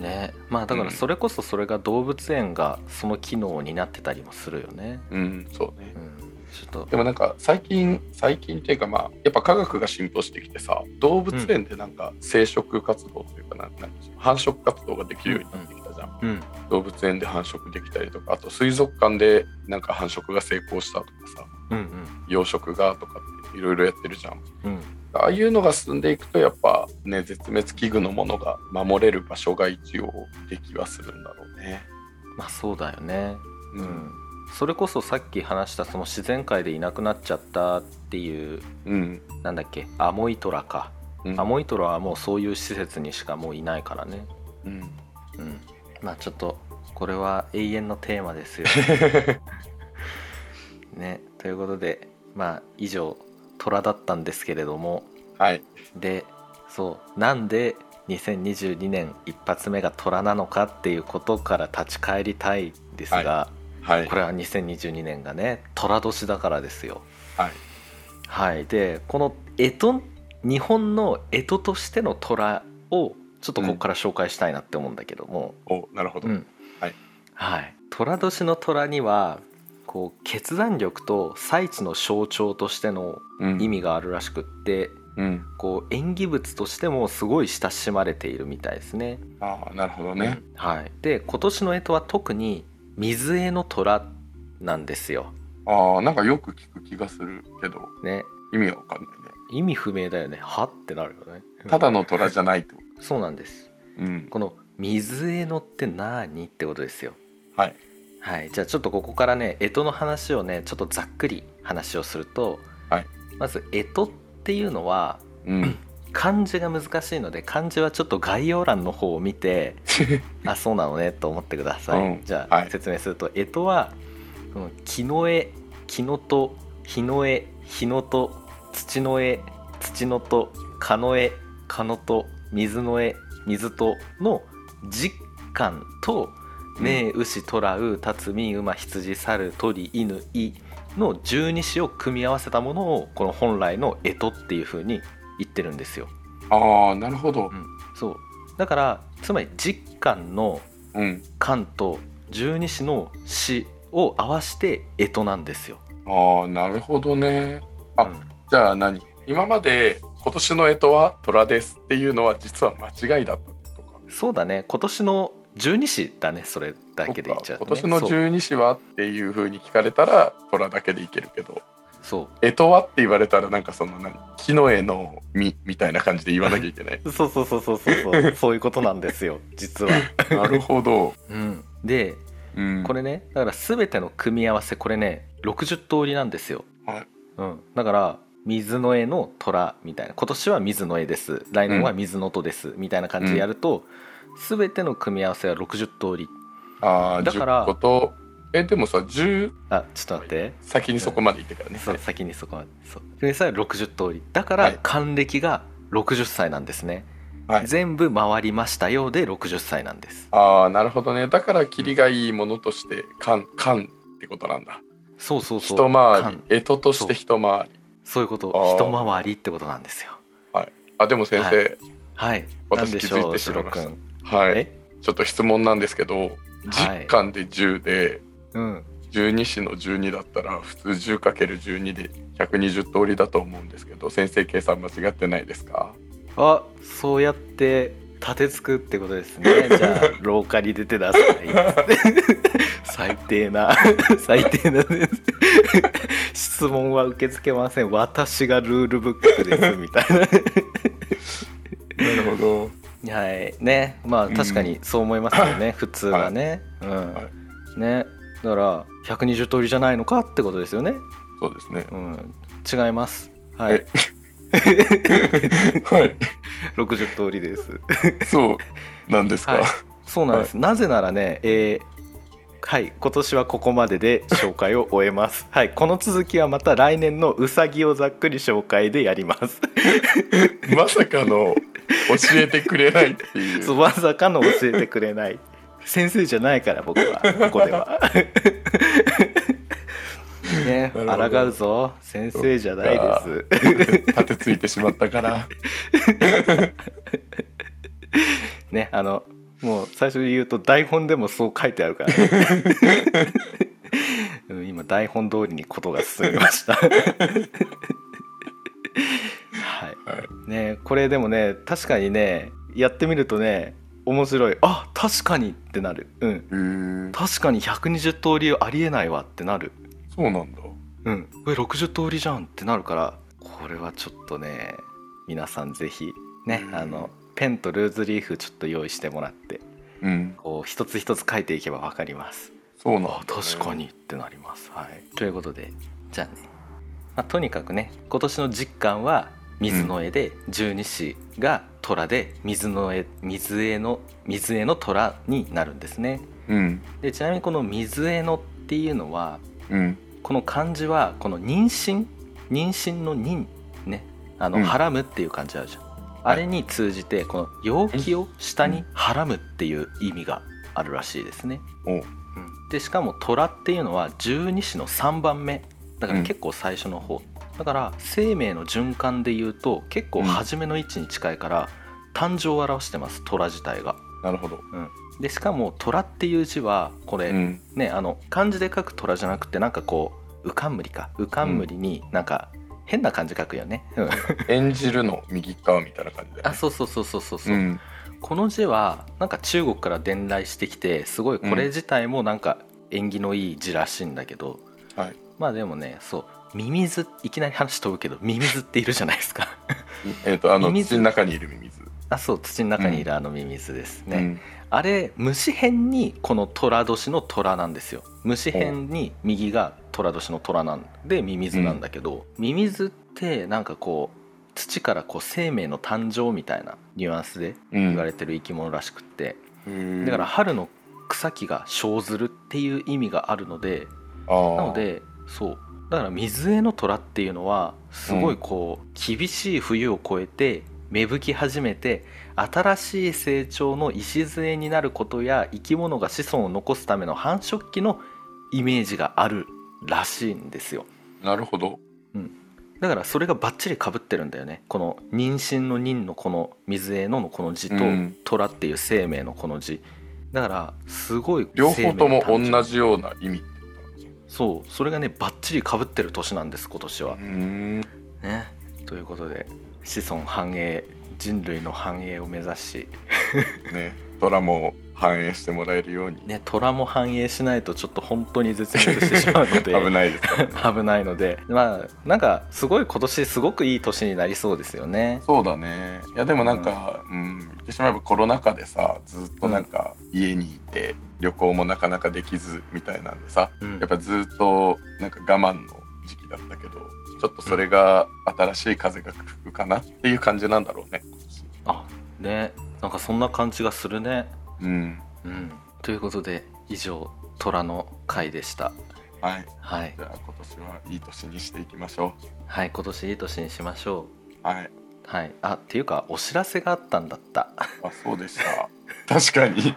Speaker 2: ね
Speaker 1: ねまあだか
Speaker 2: うん
Speaker 1: らそれこそそれが動物園がその機能になってたりもするよね
Speaker 2: うんそうね
Speaker 1: うんちょっと
Speaker 2: でもなんか最近最近っていうかまあやっぱ科学が浸透してきてさ動物園でなんか生殖活動っていうかな,、なんていうの繁殖活動ができるようになってきたじゃん、
Speaker 1: うん
Speaker 2: 動物園で繁殖できたりとかあと水族館でなんか繁殖が成功したとかさ
Speaker 1: うん
Speaker 2: 養殖がとかっていろいろやってるじゃん
Speaker 1: うんうん
Speaker 2: ああいうのが進んでいくとやっぱね絶滅危惧のものが守れる場所が一応できはするんだろうね
Speaker 1: まあそうだよねうんそれこそさっき話したその自然界でいなくなっちゃったっていう
Speaker 2: うん
Speaker 1: なんだっけアモイトラか、
Speaker 2: うん
Speaker 1: アモイトラはもうそういう施設にしかもういないからね
Speaker 2: うん
Speaker 1: うんまあちょっとこれは永遠のテーマ ですよねということでまあ以上虎だったんですけれども
Speaker 2: はい
Speaker 1: でそうなんで2022年一発目が虎なのかっていうことから立ち返りたいですが、
Speaker 2: はい
Speaker 1: これは2022年がね虎年だからですよ
Speaker 2: はい
Speaker 1: はいでこの干支日本の干支としての虎をちょっとここから紹介したいなって思うんだけども、
Speaker 2: おなるほど、
Speaker 1: うん
Speaker 2: はい
Speaker 1: はい虎年の虎にはこう決断力と最地の象徴としての
Speaker 2: うん
Speaker 1: 意味があるらしくって、
Speaker 2: うん
Speaker 1: こう縁起物としてもすごい親しまれているみたいですね。
Speaker 2: ああなるほどね、
Speaker 1: はい、で今年の干支は特に水絵の虎なんですよ。
Speaker 2: ああなんかよく聞く気がするけど
Speaker 1: ね
Speaker 2: 意味はわかんないね
Speaker 1: 意味不明だよねはってなるよね。
Speaker 2: ただの虎じゃないってこ
Speaker 1: そうなんです
Speaker 2: とうん
Speaker 1: この水絵のって何ってことですよ。
Speaker 2: はい
Speaker 1: はい、じゃあちょっとここからね干支の話をねちょっとざっくり話をすると、
Speaker 2: はい
Speaker 1: まず干支っていうのは
Speaker 2: うん
Speaker 1: 漢字が難しいので漢字はちょっと概要欄の方を見 てあそうなのねと思ってください、
Speaker 2: うん
Speaker 1: じゃあ、
Speaker 2: はい
Speaker 1: 説明すると干支はこの木の絵木のと日の絵日のと土の絵土のと蚊の絵蚊のと水の絵水との実感と
Speaker 2: うん
Speaker 1: ねえ牛トラウタツミウマ羊猿鳥犬イの十二支を組み合わせたものをこの本来の干支っていう風に言ってるんですよ。
Speaker 2: ああなるほど
Speaker 1: そうだからつまり実感の
Speaker 2: うん
Speaker 1: 感と十二支の支を合わせて干支なんですよ。
Speaker 2: ああなるほどねあ
Speaker 1: うん
Speaker 2: じゃあ何今まで今年の干支は虎ですっていうのは実は間違いだったってことか
Speaker 1: そうだね今年の十二支だねそれだけで言っちゃうと、
Speaker 2: 今
Speaker 1: ね、
Speaker 2: 年の
Speaker 1: そう
Speaker 2: 十二支はっていうふうに聞かれたら虎だけでいけるけど
Speaker 1: そう
Speaker 2: 干支はって言われたらなんかその何木の絵の実みたいな感じで言わなきゃいけない
Speaker 1: そうそうそうそうそう そうそういうことなんですよ実は。
Speaker 2: なるほど、
Speaker 1: うん、で
Speaker 2: うん、
Speaker 1: これねだから全ての組み合わせこれね60通りなんですよ、
Speaker 2: はい
Speaker 1: うん、だから水の絵の虎みたいな今年は水の絵です来年は水の音です、みたいな感じでやると、全ての組み合わせは60通り
Speaker 2: ああ
Speaker 1: だから
Speaker 2: 10個とえでもさ10
Speaker 1: あちょっと待って、
Speaker 2: 先にそこまで行ってからね、
Speaker 1: そう
Speaker 2: はい
Speaker 1: 先にそこまでそうでさえ60通りだか
Speaker 2: はい
Speaker 1: ら還暦が60歳なんですね、
Speaker 2: はい
Speaker 1: 全部回りましたようで60歳なんです
Speaker 2: ああなるほどねだから霧がいいものとして勘勘ってことなんだ
Speaker 1: そうそうそ
Speaker 2: 一
Speaker 1: う
Speaker 2: 回り
Speaker 1: 還
Speaker 2: 干支として一回り
Speaker 1: そういうこと
Speaker 2: あー
Speaker 1: 一回りってことなんですよ
Speaker 2: あでも先生、
Speaker 1: ははい
Speaker 2: 私
Speaker 1: 何でしょ
Speaker 2: 気づいうてしまいました
Speaker 1: 白君
Speaker 2: はい、
Speaker 1: え
Speaker 2: ちょっと質問なんですけど
Speaker 1: はい
Speaker 2: 10巻で10で
Speaker 1: うん
Speaker 2: 12子の12だったら普通 10×12 で120通りだと思うんですけど先生計算間違ってないですか
Speaker 1: あそうや って立てつくってことですねじゃあ 廊下に出てなさい最低な 最低な先生 質問は受け付けません私がルールブックですみたい
Speaker 2: なるほど。
Speaker 1: な はいねまあ確かにそう思いますよ ね、普通はね、うん、
Speaker 2: は
Speaker 1: ねだから120通りじゃないのかってことですよね
Speaker 2: そうですね。
Speaker 1: うん違いますはい
Speaker 2: はい。
Speaker 1: 60通りです
Speaker 2: そうなんですか。
Speaker 1: はいそうなんです、なぜならね、えーはい今年はここまでで紹介を終えます はいこの続きはまた来年のうさぎをざっくり紹介でやります
Speaker 2: まさかの教えてくれないってい う。
Speaker 1: そうまさかの教えてくれ ない先生じゃないから僕はここではね
Speaker 2: なるほど
Speaker 1: 抗うぞ先生じゃないです
Speaker 2: 立てついてしまったから。
Speaker 1: ねあのもう最初に言うと台本でもそう書いてあるから、 うん今台本通りにことが進みましたはい、ねこれでもね確かにねやってみるとね面白いあ確かにってなるうん
Speaker 2: へー
Speaker 1: 確かに120通りありえないわってなる
Speaker 2: そうなんだ。
Speaker 1: うんこれ60通りじゃんってなるからこれはちょっとね皆さんぜひね
Speaker 2: うん
Speaker 1: あのペンとルーズリーフちょっと用意してもらって
Speaker 2: うん。
Speaker 1: こう一つ一つ書いていけばわかります
Speaker 2: そうなんだ、
Speaker 1: あ確かに。ってなります、はい、ということでじゃあね、まあ、とにかくね今年の実感は水の絵で十二支が虎で水の絵水絵の水絵の虎になるんですね
Speaker 2: うん。
Speaker 1: でちなみにこの水絵のっていうのは
Speaker 2: うん。
Speaker 1: この漢字はこの妊娠妊娠の妊ねあの、
Speaker 2: うん
Speaker 1: はらむっていう漢字あるじゃんあれに通じてこの陽気を下にはらむっていう意味があるらしいですね、
Speaker 2: おう
Speaker 1: うんでしかも虎っていうのは十二支の3番目だから
Speaker 2: うん
Speaker 1: 結構最初の方、だから生命の循環で言うと結構初めの位置に近いから、誕生を表してます虎自体が
Speaker 2: なるほど。
Speaker 1: でしかも虎っていう字はこれ、
Speaker 2: うん。
Speaker 1: ねあの漢字で書く虎じゃなくてなんかこう「うかんむり」か「うかんむり」になんか変な漢字書くよね、うん
Speaker 2: 演じるの右側みたいな感じだ、ね。
Speaker 1: あそうそうそうそうそうそう、
Speaker 2: うん。
Speaker 1: この字はなんか中国から伝来してきてすごいこれ自体もなんか縁起のいい字らしいんだけど、
Speaker 2: はい
Speaker 1: まあでもねそうミミズいきなり話飛ぶけどミミズっているじゃないです か
Speaker 2: えっ、と、あの、
Speaker 1: ミミズ
Speaker 2: 土の中にいるミミズ。
Speaker 1: あそう土の中にいるあのミミズですね、
Speaker 2: うん。
Speaker 1: あれ虫編にこの寅年の虎なんですよ虫編に右が寅年の虎なんでミミズなんだけど、ミミズってなんかこう土からこう生命の誕生みたいなニュアンスで
Speaker 2: うん
Speaker 1: 言われてる生き物らしくって、
Speaker 2: うん
Speaker 1: だから春の草木が生ずるっていう意味があるので
Speaker 2: あー
Speaker 1: なのでそうだから水への虎っていうのはすごいこう、厳しい冬を越えて芽吹き始めて新しい成長の礎になることや生き物が子孫を残すための繁殖期のイメージがあるらしいんですよ
Speaker 2: なるほど。
Speaker 1: だからそれがバッチリかぶってるんだよねこの妊娠の妊のこの水へののこの字と、
Speaker 2: うん
Speaker 1: 虎っていう生命のこの字だからすごい
Speaker 2: 両方とも
Speaker 1: 生命の誕
Speaker 2: 同
Speaker 1: 生
Speaker 2: じような意味。
Speaker 1: そうそれがねバッチリかぶってる年なんです今年は
Speaker 2: う。ん。
Speaker 1: ね、ということで子孫繁栄人類の繁栄を目指し、
Speaker 2: ね。ドラマを反映してもらえるように。
Speaker 1: ね、虎も繁栄しないとちょっと本当に絶滅してしまう ので
Speaker 2: 危ないですから ね
Speaker 1: 危ないのでまあなんかすごい今年すごくいい年になりそうですよね。
Speaker 2: そうだねいやでもなんか、うん言ってしまえばコロナ禍でさずっとなんか家にいて旅行もなかなかできずみたいなんでさ
Speaker 1: うん
Speaker 2: やっぱずっとなんか我慢の時期だったけどちょっとそれが新しい風が吹くかなっていう感じなんだろうね。
Speaker 1: あねなんかそんな感じがするね。
Speaker 2: うん
Speaker 1: うん、ということで以上虎の回でした。
Speaker 2: はい、
Speaker 1: はい
Speaker 2: じ、ゃあ今年はいい年にしていきましょ
Speaker 1: はい、今年いい年にしましょ
Speaker 2: う。はい、
Speaker 1: う。はい、あっていうかお知らせがあったんだった。
Speaker 2: あそうでした。 確かに。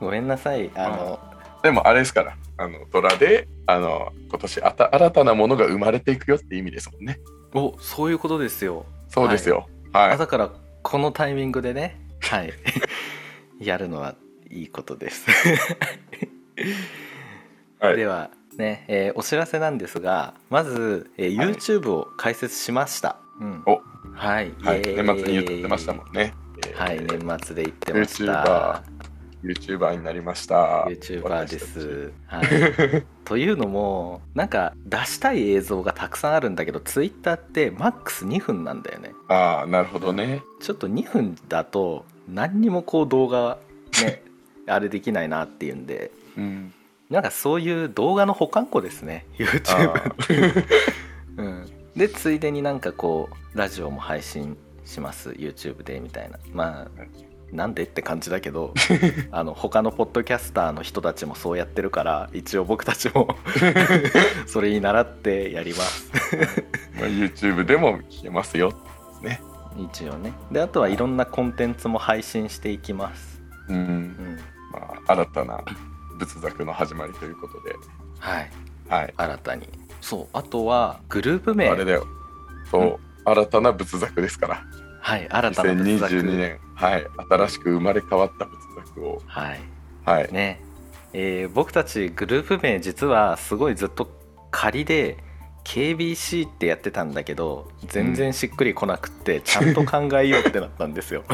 Speaker 1: ごめんなさいあの、
Speaker 2: でもあれですから、あのドラであの今年あた新たなものが生まれていくよって意味ですもんね。
Speaker 1: おそういうことですよ。
Speaker 2: そうですよ。はい。
Speaker 1: あだからこのタイミングでねはい やるのはいいことです
Speaker 2: はい
Speaker 1: ではね、えーお知らせなんですがまず、えー
Speaker 2: はい
Speaker 1: YouTube を開設しました、うん
Speaker 2: お
Speaker 1: はい、
Speaker 2: はい、
Speaker 1: イエ
Speaker 2: 年
Speaker 1: ーイ
Speaker 2: 末に言ってましたもんね。
Speaker 1: はい年末で言ってました
Speaker 2: YouTuber YouTuber になりました。
Speaker 1: YouTuber です、はい、 というのもなんか出したい映像がたくさんあるんだけど Twitter ってマックス2分なんだよね
Speaker 2: ああ、なるほどね。
Speaker 1: ちょっと2分だと何にもこう動画ねあれできないなっていうんで
Speaker 2: うん。
Speaker 1: なんかそういう動画の保管庫ですね YouTube、うん、でついでになんかこうラジオも配信します YouTube でみたいなまあなんでって感じだけどあの他のポッドキャスターの人たちもそうやってるから一応僕たちもそれに習ってやります
Speaker 2: まあ、YouTube でも聞けますよ。
Speaker 1: 一応ねであとはいろんなコンテンツも配信していきます、
Speaker 2: う。
Speaker 1: うんん、
Speaker 2: まあ、新たな仏作の始まりということで。
Speaker 1: はい
Speaker 2: はい。
Speaker 1: 新たにそうあとはグループ名
Speaker 2: あれだよ。そう。新たな仏作ですから。
Speaker 1: はい新たな仏作
Speaker 2: 2022年。はい。新しく生まれ変わった仏作を。
Speaker 1: はい
Speaker 2: はい。
Speaker 1: ねえー僕たちグループ名実はすごいずっと仮で KBC ってやってたんだけど全然しっくりこなくってちゃんと考えようってなったんです よ。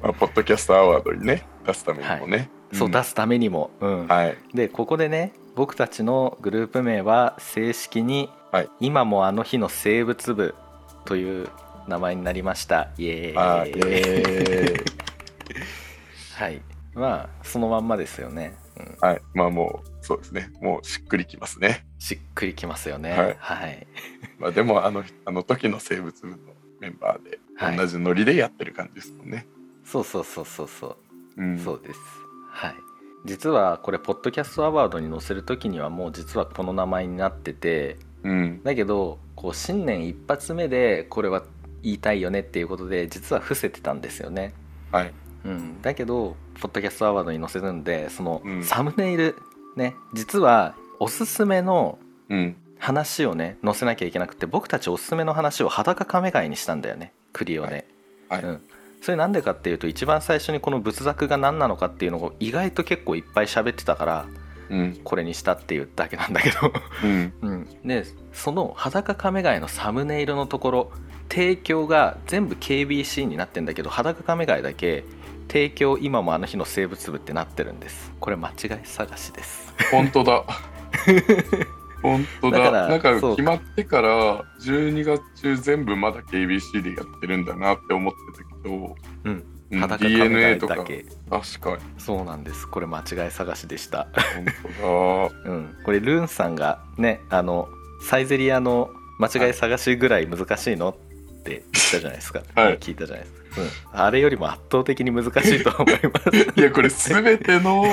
Speaker 2: まあ、ポッドキャストアワードにね、出すためにもね。
Speaker 1: そう出すためにも、うん
Speaker 2: うん。はい。
Speaker 1: でここでね僕たちのグループ名は正式に
Speaker 2: はい
Speaker 1: 「今もあの日の生物部」という名前になりました。イエーイ
Speaker 2: はい。イエーイ
Speaker 1: はいまあそのまんまですよね。うん
Speaker 2: はい、まあもうそうですね、もうしっくりきますね。
Speaker 1: しっくりきますよね。
Speaker 2: はい
Speaker 1: はい
Speaker 2: まあでもあのあの時の生物部のメンバーで
Speaker 1: はい
Speaker 2: 同じノリでやってる感じですもんね。
Speaker 1: そうそうそうそうそう
Speaker 2: うん、
Speaker 1: そうですはい実はこれポッドキャストアワードに載せる時にはもう実はこの名前になってて
Speaker 2: うん、
Speaker 1: だけどこう新年一発目でこれは言いたいよねっていうことで実は伏せてたんですよね
Speaker 2: はい、
Speaker 1: うん、だけどポッドキャストアワードに載せるんでその
Speaker 2: うん
Speaker 1: サムネイル、ね実はおすすめの
Speaker 2: うん、
Speaker 1: 話をね載せなきゃいけなくて僕たちおすすめの話を裸亀会にしたんだよねクリオね、
Speaker 2: はいはい
Speaker 1: うん、それなんでかっていうと一番最初にこの仏作が何なのかっていうのを意外と結構いっぱい喋ってたから
Speaker 2: うん、
Speaker 1: これにしたっていうだけなんだけ ど、
Speaker 2: うん、
Speaker 1: うん、でその裸亀貝のサムネイルのところ提供が全部 KBC になってんだけど裸亀貝だけ提供今もあの日の生物部ってなってるんですこれ間違い探しです
Speaker 2: 本 当だ。本当だ
Speaker 1: だから
Speaker 2: なんか
Speaker 1: そう
Speaker 2: 決まってから12月中全部まだ KBC でやってるんだなって思ってたけど、
Speaker 1: うん
Speaker 2: う
Speaker 1: 亀
Speaker 2: DNA とか
Speaker 1: だけ
Speaker 2: 確かに
Speaker 1: そうなんですこれ間違い探しでした
Speaker 2: 本
Speaker 1: うん、これルーンさんがねあのサイゼリアの間違い探しぐらい難しいのって言ったじゃないですか、
Speaker 2: はい
Speaker 1: 聞いたじゃないですか、うん、あれよりも圧倒的に難しいと思いま
Speaker 2: 当 だ。いやこれ全ての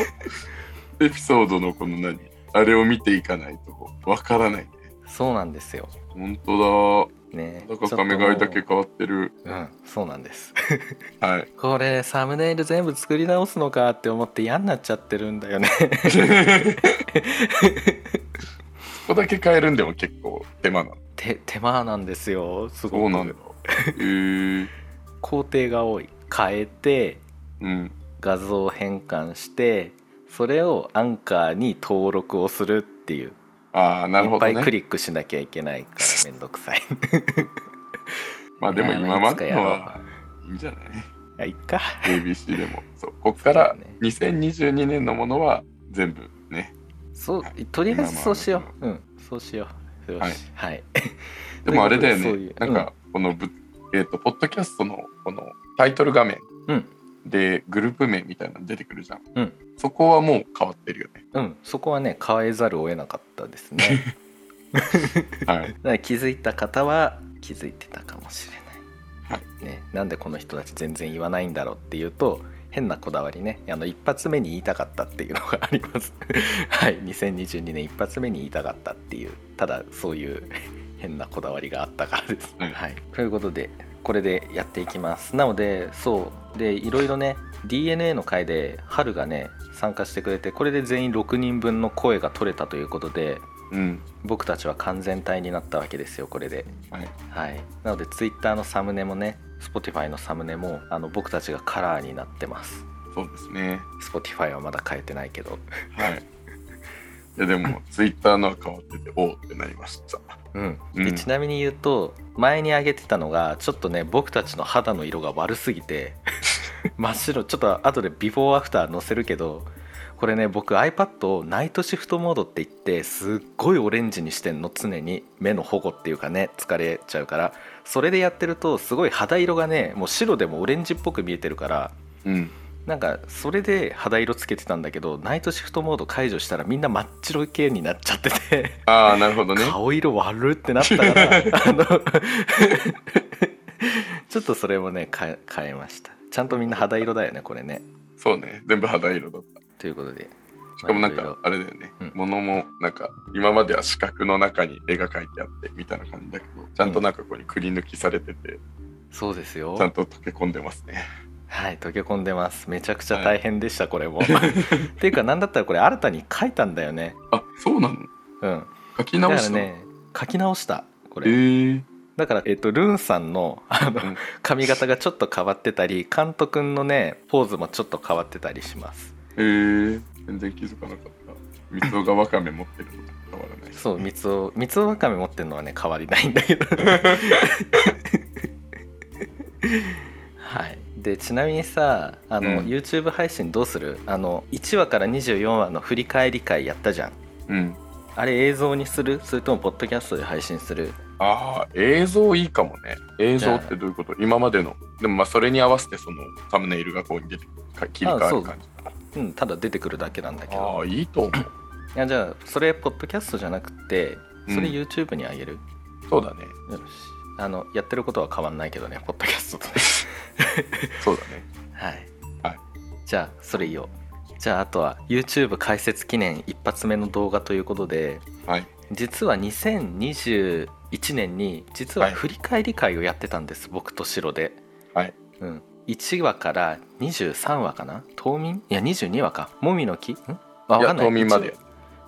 Speaker 2: エピソードのこの何あれを見ていかないとわからない。
Speaker 1: すそうなんですよ
Speaker 2: 本当
Speaker 1: ね
Speaker 2: だ。中亀貝だけ変わってる。
Speaker 1: うんそうなんです
Speaker 2: はい。
Speaker 1: これサムネイル全部作り直すのかって思って嫌になっちゃってるんだよね
Speaker 2: そこだけ変えるんでも結構手間なの。
Speaker 1: 手手間なんですよす
Speaker 2: そ
Speaker 1: ご
Speaker 2: うなんだ
Speaker 1: く。
Speaker 2: えー、
Speaker 1: 工程が多い変えて
Speaker 2: うん。
Speaker 1: 画像変換してそれをアンカーに登録をするっていう
Speaker 2: ああ、なるほど
Speaker 1: いっぱいク
Speaker 2: ね。
Speaker 1: リックしなきゃいけないからめんどくさい
Speaker 2: まあでも今までの
Speaker 1: いやいつかや
Speaker 2: は。いいんじゃない
Speaker 1: いやいっか
Speaker 2: ?ABC でも。そう。こっから
Speaker 1: そうだね
Speaker 2: 2022年のものは全部ね。
Speaker 1: そうとりあえずそうしよううんそうしようよしはい、
Speaker 2: でもあれだよ
Speaker 1: という
Speaker 2: ね。
Speaker 1: こと
Speaker 2: な
Speaker 1: で
Speaker 2: んか、このぶ、えっ、と、ポッドキャストのこのタイトル画面
Speaker 1: うん
Speaker 2: でグループ名みたいなの出てくるじゃん。
Speaker 1: うん
Speaker 2: そこはもう変わってるよね。
Speaker 1: うんそこはね変えざるを得なかったですね
Speaker 2: はい。
Speaker 1: だから気づいた方は気づいてたかもしれない、ね、なんでこの人たち全然言わないんだろうっていうと変なこだわりねあの一発目に言いたかったっていうのがあります はい2022年一発目に言いたかったっていうただそういう 変なこだわりがあったからです、
Speaker 2: うん
Speaker 1: はい、ということでこれでやっていきますなのでそうでいろいろね DNA の回で春がね参加してくれてこれで全員6人分の声が取れたということで
Speaker 2: うん。
Speaker 1: 僕たちは完全体になったわけですよこれで
Speaker 2: はい。
Speaker 1: はいなので Twitter のサムネもね Spotify のサムネもあの僕たちがカラーになってます
Speaker 2: そうですね。
Speaker 1: Spotify はまだ変えてないけど
Speaker 2: はい。いやで も、ツイッターのは変わってて、おおってなりました。
Speaker 1: うん、
Speaker 2: う
Speaker 1: で
Speaker 2: ん
Speaker 1: ちなみに言う と前に上げてたのがちょっとね僕たちの肌の色が悪すぎて真っ白ちょっと後でビフォーアフター載せるけどこれね僕 iPad をナイトシフトモードって言ってすっごいオレンジにしてんの常に目の保護っていうかね疲れちゃうからそれでやってるとすごい肌色がねもう白でもオレンジっぽく見えてるから
Speaker 2: うん
Speaker 1: なんかそれで肌色つけてたんだけどナイトシフトモード解除したらみんな真っ白系になっちゃってて
Speaker 2: ああなるほどね
Speaker 1: 顔色悪ってなったからあの ちょっとそれもね変え変えましたちゃんとみんな肌色だよねこれね
Speaker 2: そうね全部肌色だった
Speaker 1: ということで
Speaker 2: しかもなん
Speaker 1: まあいろい
Speaker 2: か
Speaker 1: ろ
Speaker 2: あれだよね、
Speaker 1: うん
Speaker 2: 物もなんか今までは四角の中に絵が描いてあってみたいな感じだけどちゃんとなんかここにくり抜きされてて、
Speaker 1: そうですよ
Speaker 2: ちゃんと溶け込んでますね
Speaker 1: はい溶け込んでますめちゃくちゃ大変でした、これも っていうかなんだったらこれ新たに書いたんだよね
Speaker 2: あそうなの
Speaker 1: うん
Speaker 2: 書き
Speaker 1: だか
Speaker 2: 直
Speaker 1: ら
Speaker 2: したの、
Speaker 1: ね書き直したこ
Speaker 2: え
Speaker 1: れ
Speaker 2: ー、
Speaker 1: だから、えっと、ルーンさんのあの
Speaker 2: うん
Speaker 1: 髪型がちょっと変わってたりカント君のねポーズもちょっと変わってたりします
Speaker 2: えー、全然気づかなかった三つがわかめ持ってるのと変わらない
Speaker 1: そう三つお三つおわかめ持ってるのはね変わりないんだけ どはいでちなみにさあの、
Speaker 2: うん
Speaker 1: YouTube 配信どうするあの1話から24話の振り返り会やったじゃん
Speaker 2: うん
Speaker 1: あれ映像にするそれともポッドキャストで配信する
Speaker 2: ああ映像いいかもね映像ってどういうこと今までのでもまあそれに合わせてそのサムネイルがこうに出てか切り替わる感じ
Speaker 1: うんただ出てくるだけなんだけ
Speaker 2: あ
Speaker 1: ど
Speaker 2: あいいと思う
Speaker 1: いやじゃあそれポッドキャストじゃなくてそれ YouTube にあげる、
Speaker 2: そうだね
Speaker 1: よしあのやってることは変わんないけどねポッドキャストとね
Speaker 2: そうだね
Speaker 1: はい、
Speaker 2: はい
Speaker 1: じゃあそれいいよじゃああとは YouTube 開設記念一発目の動画ということで
Speaker 2: はい
Speaker 1: 実は2021年に実は
Speaker 2: はい
Speaker 1: 振り返り会をやってたんです、僕とシロで、
Speaker 2: はい
Speaker 1: うん、1話から23話かな冬眠いや22話かもみの木んあ
Speaker 2: い
Speaker 1: わか
Speaker 2: や
Speaker 1: んない
Speaker 2: 冬眠まで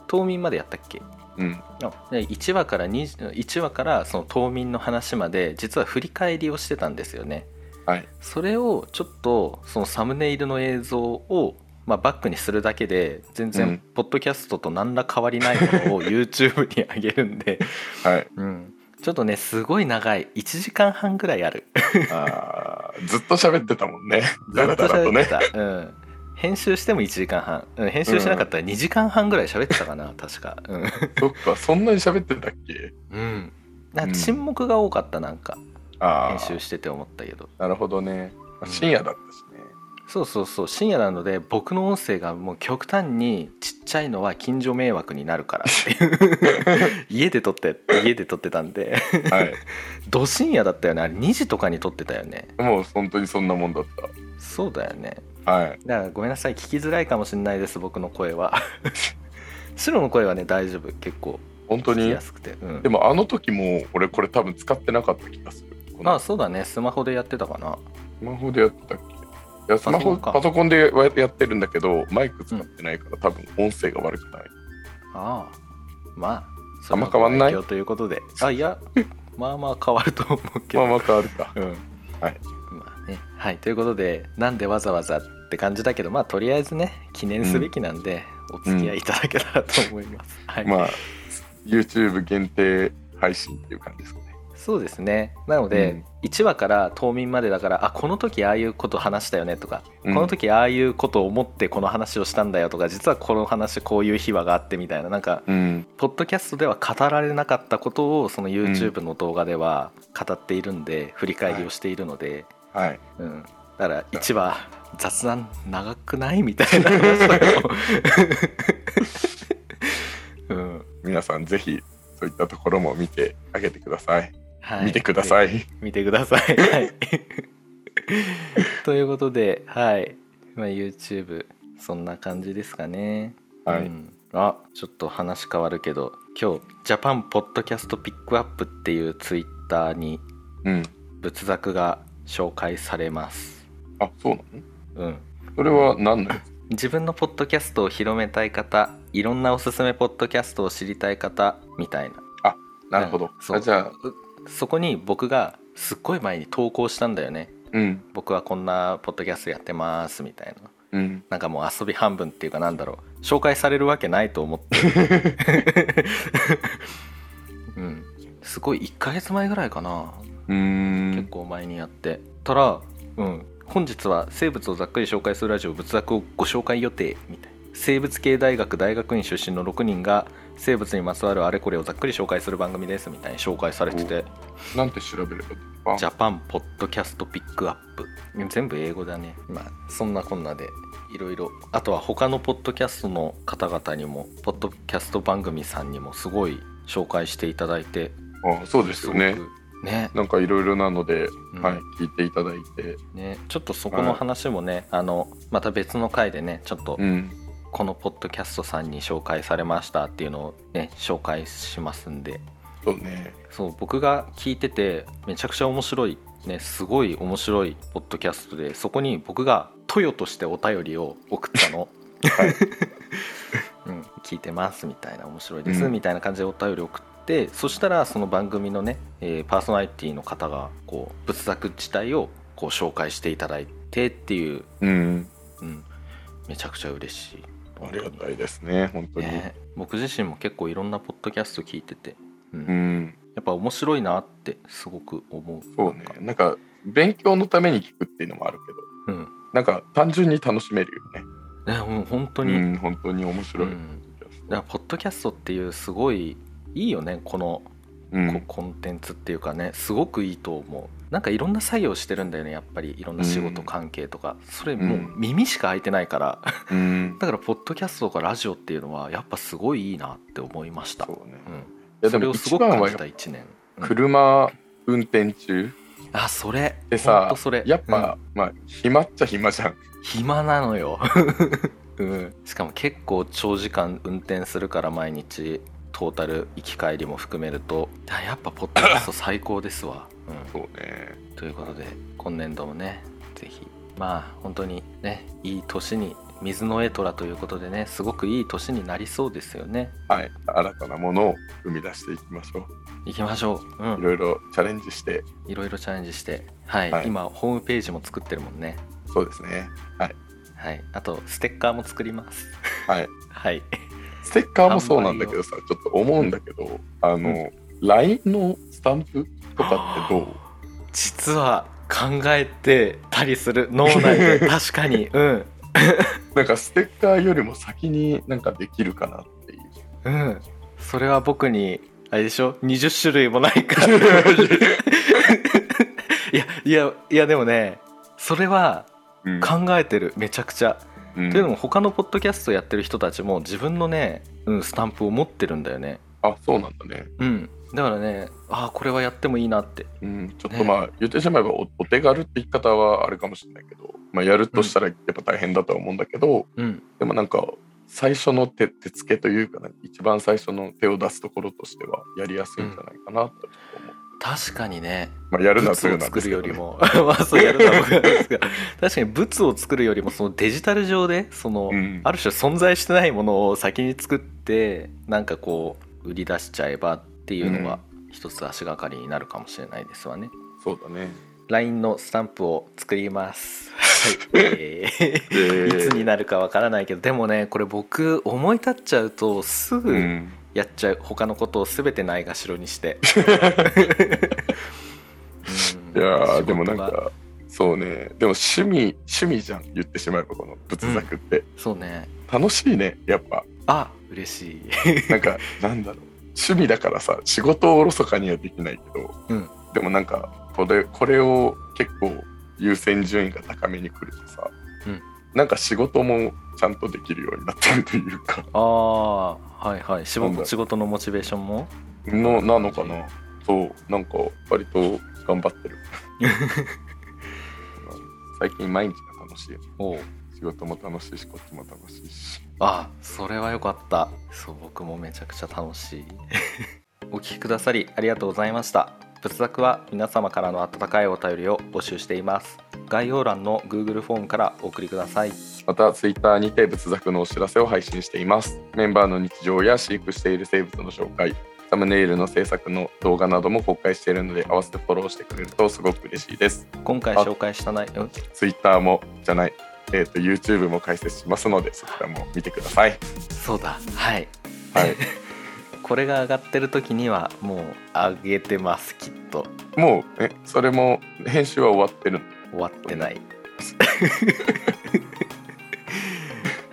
Speaker 1: 冬眠までやったっけ
Speaker 2: うん
Speaker 1: あで1話から20 1話からその冬眠の話まで実は振り返りをしてたんですよね
Speaker 2: はい
Speaker 1: それをちょっとそのサムネイルの映像を、まあ、バックにするだけで全
Speaker 2: う
Speaker 1: 然
Speaker 2: ん
Speaker 1: ポッドキャストと何ら変わりないものを YouTube に上げるんで、
Speaker 2: はい
Speaker 1: うん、ちょっとねすごい長い1時間半ぐらいある
Speaker 2: あーずっと喋ってたもんね
Speaker 1: ず
Speaker 2: だ
Speaker 1: っ
Speaker 2: ら
Speaker 1: と
Speaker 2: だら
Speaker 1: 喋
Speaker 2: と
Speaker 1: っ
Speaker 2: ね
Speaker 1: てた、うん、編集しても1時間半、うん、編集しなかったら2時間半ぐらい喋ってたかな確かうん、
Speaker 2: そっかそんなに喋ってたっけ
Speaker 1: うん、なんか沈黙が多かったなんか
Speaker 2: あ
Speaker 1: 編集
Speaker 2: あ
Speaker 1: してて思ったけど
Speaker 2: なるほどね、まあ
Speaker 1: うん
Speaker 2: 深夜だったしね
Speaker 1: そうそうそう深夜なので僕の音声がもう極端にちっちゃいのは近所迷惑になるからっていう 家で撮って家で撮ってたんで
Speaker 2: はい
Speaker 1: ど深夜だったよねあれ2時とかに撮ってたよね
Speaker 2: もう本当にそんなもんだっ
Speaker 1: そうだよね
Speaker 2: たはい
Speaker 1: だからごめんなさい聞きづらいかもしれないです僕の声 は白の声はね大丈夫結構
Speaker 2: 本当
Speaker 1: 聞き
Speaker 2: に
Speaker 1: やすくて、うん
Speaker 2: で、もあの時も俺これ多分使ってなかった気がするこの
Speaker 1: まあそうだねスマホでやってたかな
Speaker 2: スマホでやってたっけいやスマ
Speaker 1: パソコ
Speaker 2: ホ
Speaker 1: ンか
Speaker 2: パソコンでやってるんだけどマイク使ってないから多分音声が悪くない、
Speaker 1: ああまあ
Speaker 2: あんま変わんない
Speaker 1: それもご愛嬌ということであいやまあまあ変わると思うけど
Speaker 2: まあまあ変わるか
Speaker 1: うん
Speaker 2: はい
Speaker 1: まあねはいということでなんでわざわざって感じだけどまあとりあえずね記念すべきなんで、お付き合いいただけたらと思います、はい、
Speaker 2: まあ YouTube 限定配信っていう感じですかね
Speaker 1: そうですねなので、
Speaker 2: うん
Speaker 1: 1話から冬眠までだからあこの時ああいうこと話したよねとか、
Speaker 2: うん
Speaker 1: この時ああいうことを思ってこの話をしたんだよとか実はこの話こういう秘話があってみたいななんか
Speaker 2: うん
Speaker 1: ポッドキャストでは語られなかったことをその YouTube の動画では語っているんで、振り返りをしているので、
Speaker 2: はい
Speaker 1: うん、だから1話雑談長くないみたいな話だと うん
Speaker 2: 皆さんぜひそういったところも見てあげてください、
Speaker 1: はい、
Speaker 2: 見てくださ
Speaker 1: で
Speaker 2: い
Speaker 1: 見てください、はい、 ということではい、まあ、YouTube そんな感じですかね
Speaker 2: はい、
Speaker 1: うんあちょっと話変わるけど今日「ジャパンポッドキャストピックアップ」っていう Twitter に
Speaker 2: うん
Speaker 1: 仏作が紹介されます
Speaker 2: あそうなの
Speaker 1: うん
Speaker 2: それは何のやつ
Speaker 1: 自分のポッドキャストを広めたい方いろんなおすすめポッドキャストを知りたい方みたいな
Speaker 2: なるほど
Speaker 1: うん、そう
Speaker 2: あじゃあ
Speaker 1: そこに僕がすっごい前に投稿したんだよね
Speaker 2: うん
Speaker 1: 僕はこんなポッドキャストやってますみたいな
Speaker 2: うん
Speaker 1: なんかもう遊び半分っていうかなんだろう紹介されるわけないと思って うんすごい1ヶ月前ぐらいかな
Speaker 2: うーん
Speaker 1: 結構前にやってたら、うん、本日は生物をざっくり紹介するラジオ仏作をご紹介予定みたいな生物系大学大学院出身の6人が生物にまつわるあれこれをざっくり紹介する番組ですみたいに紹介されてて
Speaker 2: なんて調べればいいのか
Speaker 1: ジャパンポッドキャストピックアップ全部英語だねまあそんなこんなでいろいろあとは他のポッドキャストの方々にもポッドキャスト番組さんにもすごい紹介していただいて
Speaker 2: あそうですよね
Speaker 1: ごくね
Speaker 2: なんかいろいろなので、
Speaker 1: うん
Speaker 2: はい聞いていただいて
Speaker 1: ねちょっとそこの話もね、あのまた別の回でねちょっと
Speaker 2: うん
Speaker 1: このポッドキャストさんに紹介されましたっていうのをね紹介しますんで
Speaker 2: そうね
Speaker 1: そう僕が聞いててめちゃくちゃ面白いねすごい面白いポッドキャストでそこに僕が「トヨ」としてお便りを送った の。うん、聞いてますみたいな面白いです、
Speaker 2: うん
Speaker 1: みたいな感じでお便り送ってそしたらその番組のね、えーパーソナリティの方がこう仏作自体をこう紹介していただいてっていう、
Speaker 2: うん
Speaker 1: うん、めちゃくちゃ嬉しい
Speaker 2: ありがたいですね本当に、
Speaker 1: ね、僕自身も結構いろんなポッドキャスト聞いてて、うん
Speaker 2: うん
Speaker 1: やっぱ面白いなってすごく思う
Speaker 2: そうね
Speaker 1: なんか
Speaker 2: なんか勉強のために聞くっていうのもあるけど
Speaker 1: うん
Speaker 2: なんか単純に楽しめるよね
Speaker 1: ねもう本当に、
Speaker 2: うん本当に面白
Speaker 1: う
Speaker 2: い、
Speaker 1: んだからポッドキャストっていうすごいいいよねこの、
Speaker 2: うん
Speaker 1: こコンテンツっていうかねすごくいいと思うなんかいろんな作業してるんだよねやっぱりいろんな仕事関係とか、それもう耳しか開いてないから、
Speaker 2: うん
Speaker 1: だからポッドキャストとかラジオっていうのはやっぱすごいいいなって思いましたう、
Speaker 2: そう
Speaker 1: ん、
Speaker 2: ねいやで
Speaker 1: それ
Speaker 2: も
Speaker 1: をす
Speaker 2: 一
Speaker 1: ごく
Speaker 2: 番
Speaker 1: 感
Speaker 2: は
Speaker 1: じた1年、うん
Speaker 2: 車運転中
Speaker 1: あそれ
Speaker 2: でさ
Speaker 1: ほんとそれ
Speaker 2: やっ
Speaker 1: うん
Speaker 2: ぱ、まあ暇っちゃ暇じゃん
Speaker 1: 暇なのよ、 うん、しかも結構長時間運転するから毎日トータル行き帰りも含めるとあやっぱポッドキャスト最高ですわ、う
Speaker 2: そうね
Speaker 1: ん、ということで今年度もねぜひまあ本当にねいい年に水のエトラということでねすごくいい年になりそうですよね
Speaker 2: はい新たなものを生み出していきましょ
Speaker 1: 行きましょう、う
Speaker 2: うい
Speaker 1: ん、
Speaker 2: ろいろチャレンジして
Speaker 1: いろいろチャレンジしてはい、
Speaker 2: はい
Speaker 1: 今ホームページも作ってるもんね
Speaker 2: そうですね
Speaker 1: はいあとステッカーも作ります
Speaker 2: はい
Speaker 1: はい
Speaker 2: ステッカーもそうなんだけどさちょっと思うんだけどあの、LINE のスタンプとかってどう
Speaker 1: 実は考えてたりする脳内 で確かにうん
Speaker 2: なんかステッカーよりも先になんかできるかなっていう。
Speaker 1: うんそれは僕にあれでしょ20種類もないからいやいやいやでもねそれは
Speaker 2: うん
Speaker 1: 考えてるめちゃくちゃ、
Speaker 2: うん
Speaker 1: というのも他のポッドキャストやってる人たちも自分のね、うん、スタンプを持ってるんだよね
Speaker 2: あそうなんだね。
Speaker 1: うんだからねああこれはやってもいいなって
Speaker 2: うん、ちょっ
Speaker 1: ね
Speaker 2: とまあ、言ってしまえばおお手軽って言い方はあれかもしれないけど、まあ、やるとしたらやっぱ大変だとは思うんだけど、
Speaker 1: うん
Speaker 2: でもなんか最初の手手付けというか、ね、一番最初の手を出すところとしてはやりやすいんじゃないかなとちょっと思う。
Speaker 1: 確かにね
Speaker 2: まあ、やる
Speaker 1: 物
Speaker 2: なら
Speaker 1: を
Speaker 2: すぐなん
Speaker 1: 作
Speaker 2: です
Speaker 1: る
Speaker 2: け
Speaker 1: よ
Speaker 2: ど、ね、
Speaker 1: りも まあそうやるのは僕なんです が確かに物を作るよりもそのデジタル上でその、
Speaker 2: うん
Speaker 1: ある種存在してないものを先に作ってなんかこう売り出しちゃえばっていうのが一つ足がかりになるかもしれないですわね。
Speaker 2: そうだね。
Speaker 1: LINE のスタンプを作ります。はい、 え ー
Speaker 2: で
Speaker 1: いつになるかわからないけどでもねこれ僕思い立っちゃうとす
Speaker 2: う
Speaker 1: ぐ
Speaker 2: ん、
Speaker 1: やっちゃう、他のことを全てないがしろに して。
Speaker 2: いやーでもなん
Speaker 1: 仕事が
Speaker 2: かそうねでも趣味趣味じゃん言ってしまえばこの仏作って、
Speaker 1: そうね
Speaker 2: 楽しいねやっぱ
Speaker 1: あ嬉しい
Speaker 2: なんかなんだろう趣味だからさ仕事をおろそかにはできないけど、
Speaker 1: うん
Speaker 2: でもなんかこれこれを結構優先順位が高めにくるとさ、
Speaker 1: うん
Speaker 2: なんか仕事もちゃんとできるようになってるというか
Speaker 1: ああはいはい仕
Speaker 2: なん
Speaker 1: 事
Speaker 2: だ
Speaker 1: 仕事のモチベーションも
Speaker 2: のなのかなそうなんか割と頑張 ってる最近毎日が楽しいよ
Speaker 1: おう
Speaker 2: 仕事も楽しいしこっちも楽しいし
Speaker 1: あそれは良かったそう僕もめちゃくちゃ楽しい お聞きくださりありがとうございました仏作は皆様からの温かいお便りを募集しています概要欄の Google フォームからお送りください
Speaker 2: また Twitter にて仏作のお知らせを配信していますメンバーの日常や飼育している生物の紹介サムネイルの制作の動画なども公開しているので合わせてフォローしてくれるとすごく嬉しいです
Speaker 1: 今回
Speaker 2: あ
Speaker 1: 紹介した内容
Speaker 2: Twitter もじゃないえー、と YouTube も開設しますのでそちらも見てください。
Speaker 1: そうだはい
Speaker 2: はい、
Speaker 1: これが上がってる時にはもう上げてますきっと
Speaker 2: もうえそれも編集は終わってるの
Speaker 1: 終わってない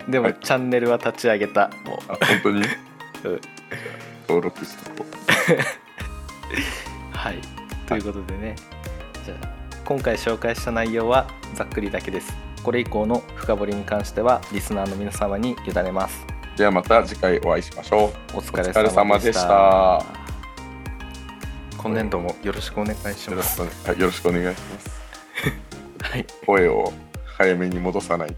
Speaker 1: でも、
Speaker 2: はい
Speaker 1: チャンネルは立ち上げたも
Speaker 2: あ本当に
Speaker 1: う、うん
Speaker 2: 登録しとこう
Speaker 1: はいということでね、じゃあ今回紹介した内容はざっくりだけですこれ以降の深掘りに関してはリスナーの皆様に委ねます
Speaker 2: ではまた次回お会いしましょう
Speaker 1: お疲
Speaker 2: お疲れ
Speaker 1: れ様
Speaker 2: 様
Speaker 1: で
Speaker 2: で
Speaker 1: し
Speaker 2: したた
Speaker 1: 今年度もよろしくお願いし
Speaker 2: よ
Speaker 1: ま
Speaker 2: ろ
Speaker 1: す
Speaker 2: しくお願いはいよろしくお願いします
Speaker 1: はい
Speaker 2: 声を早めに戻さないと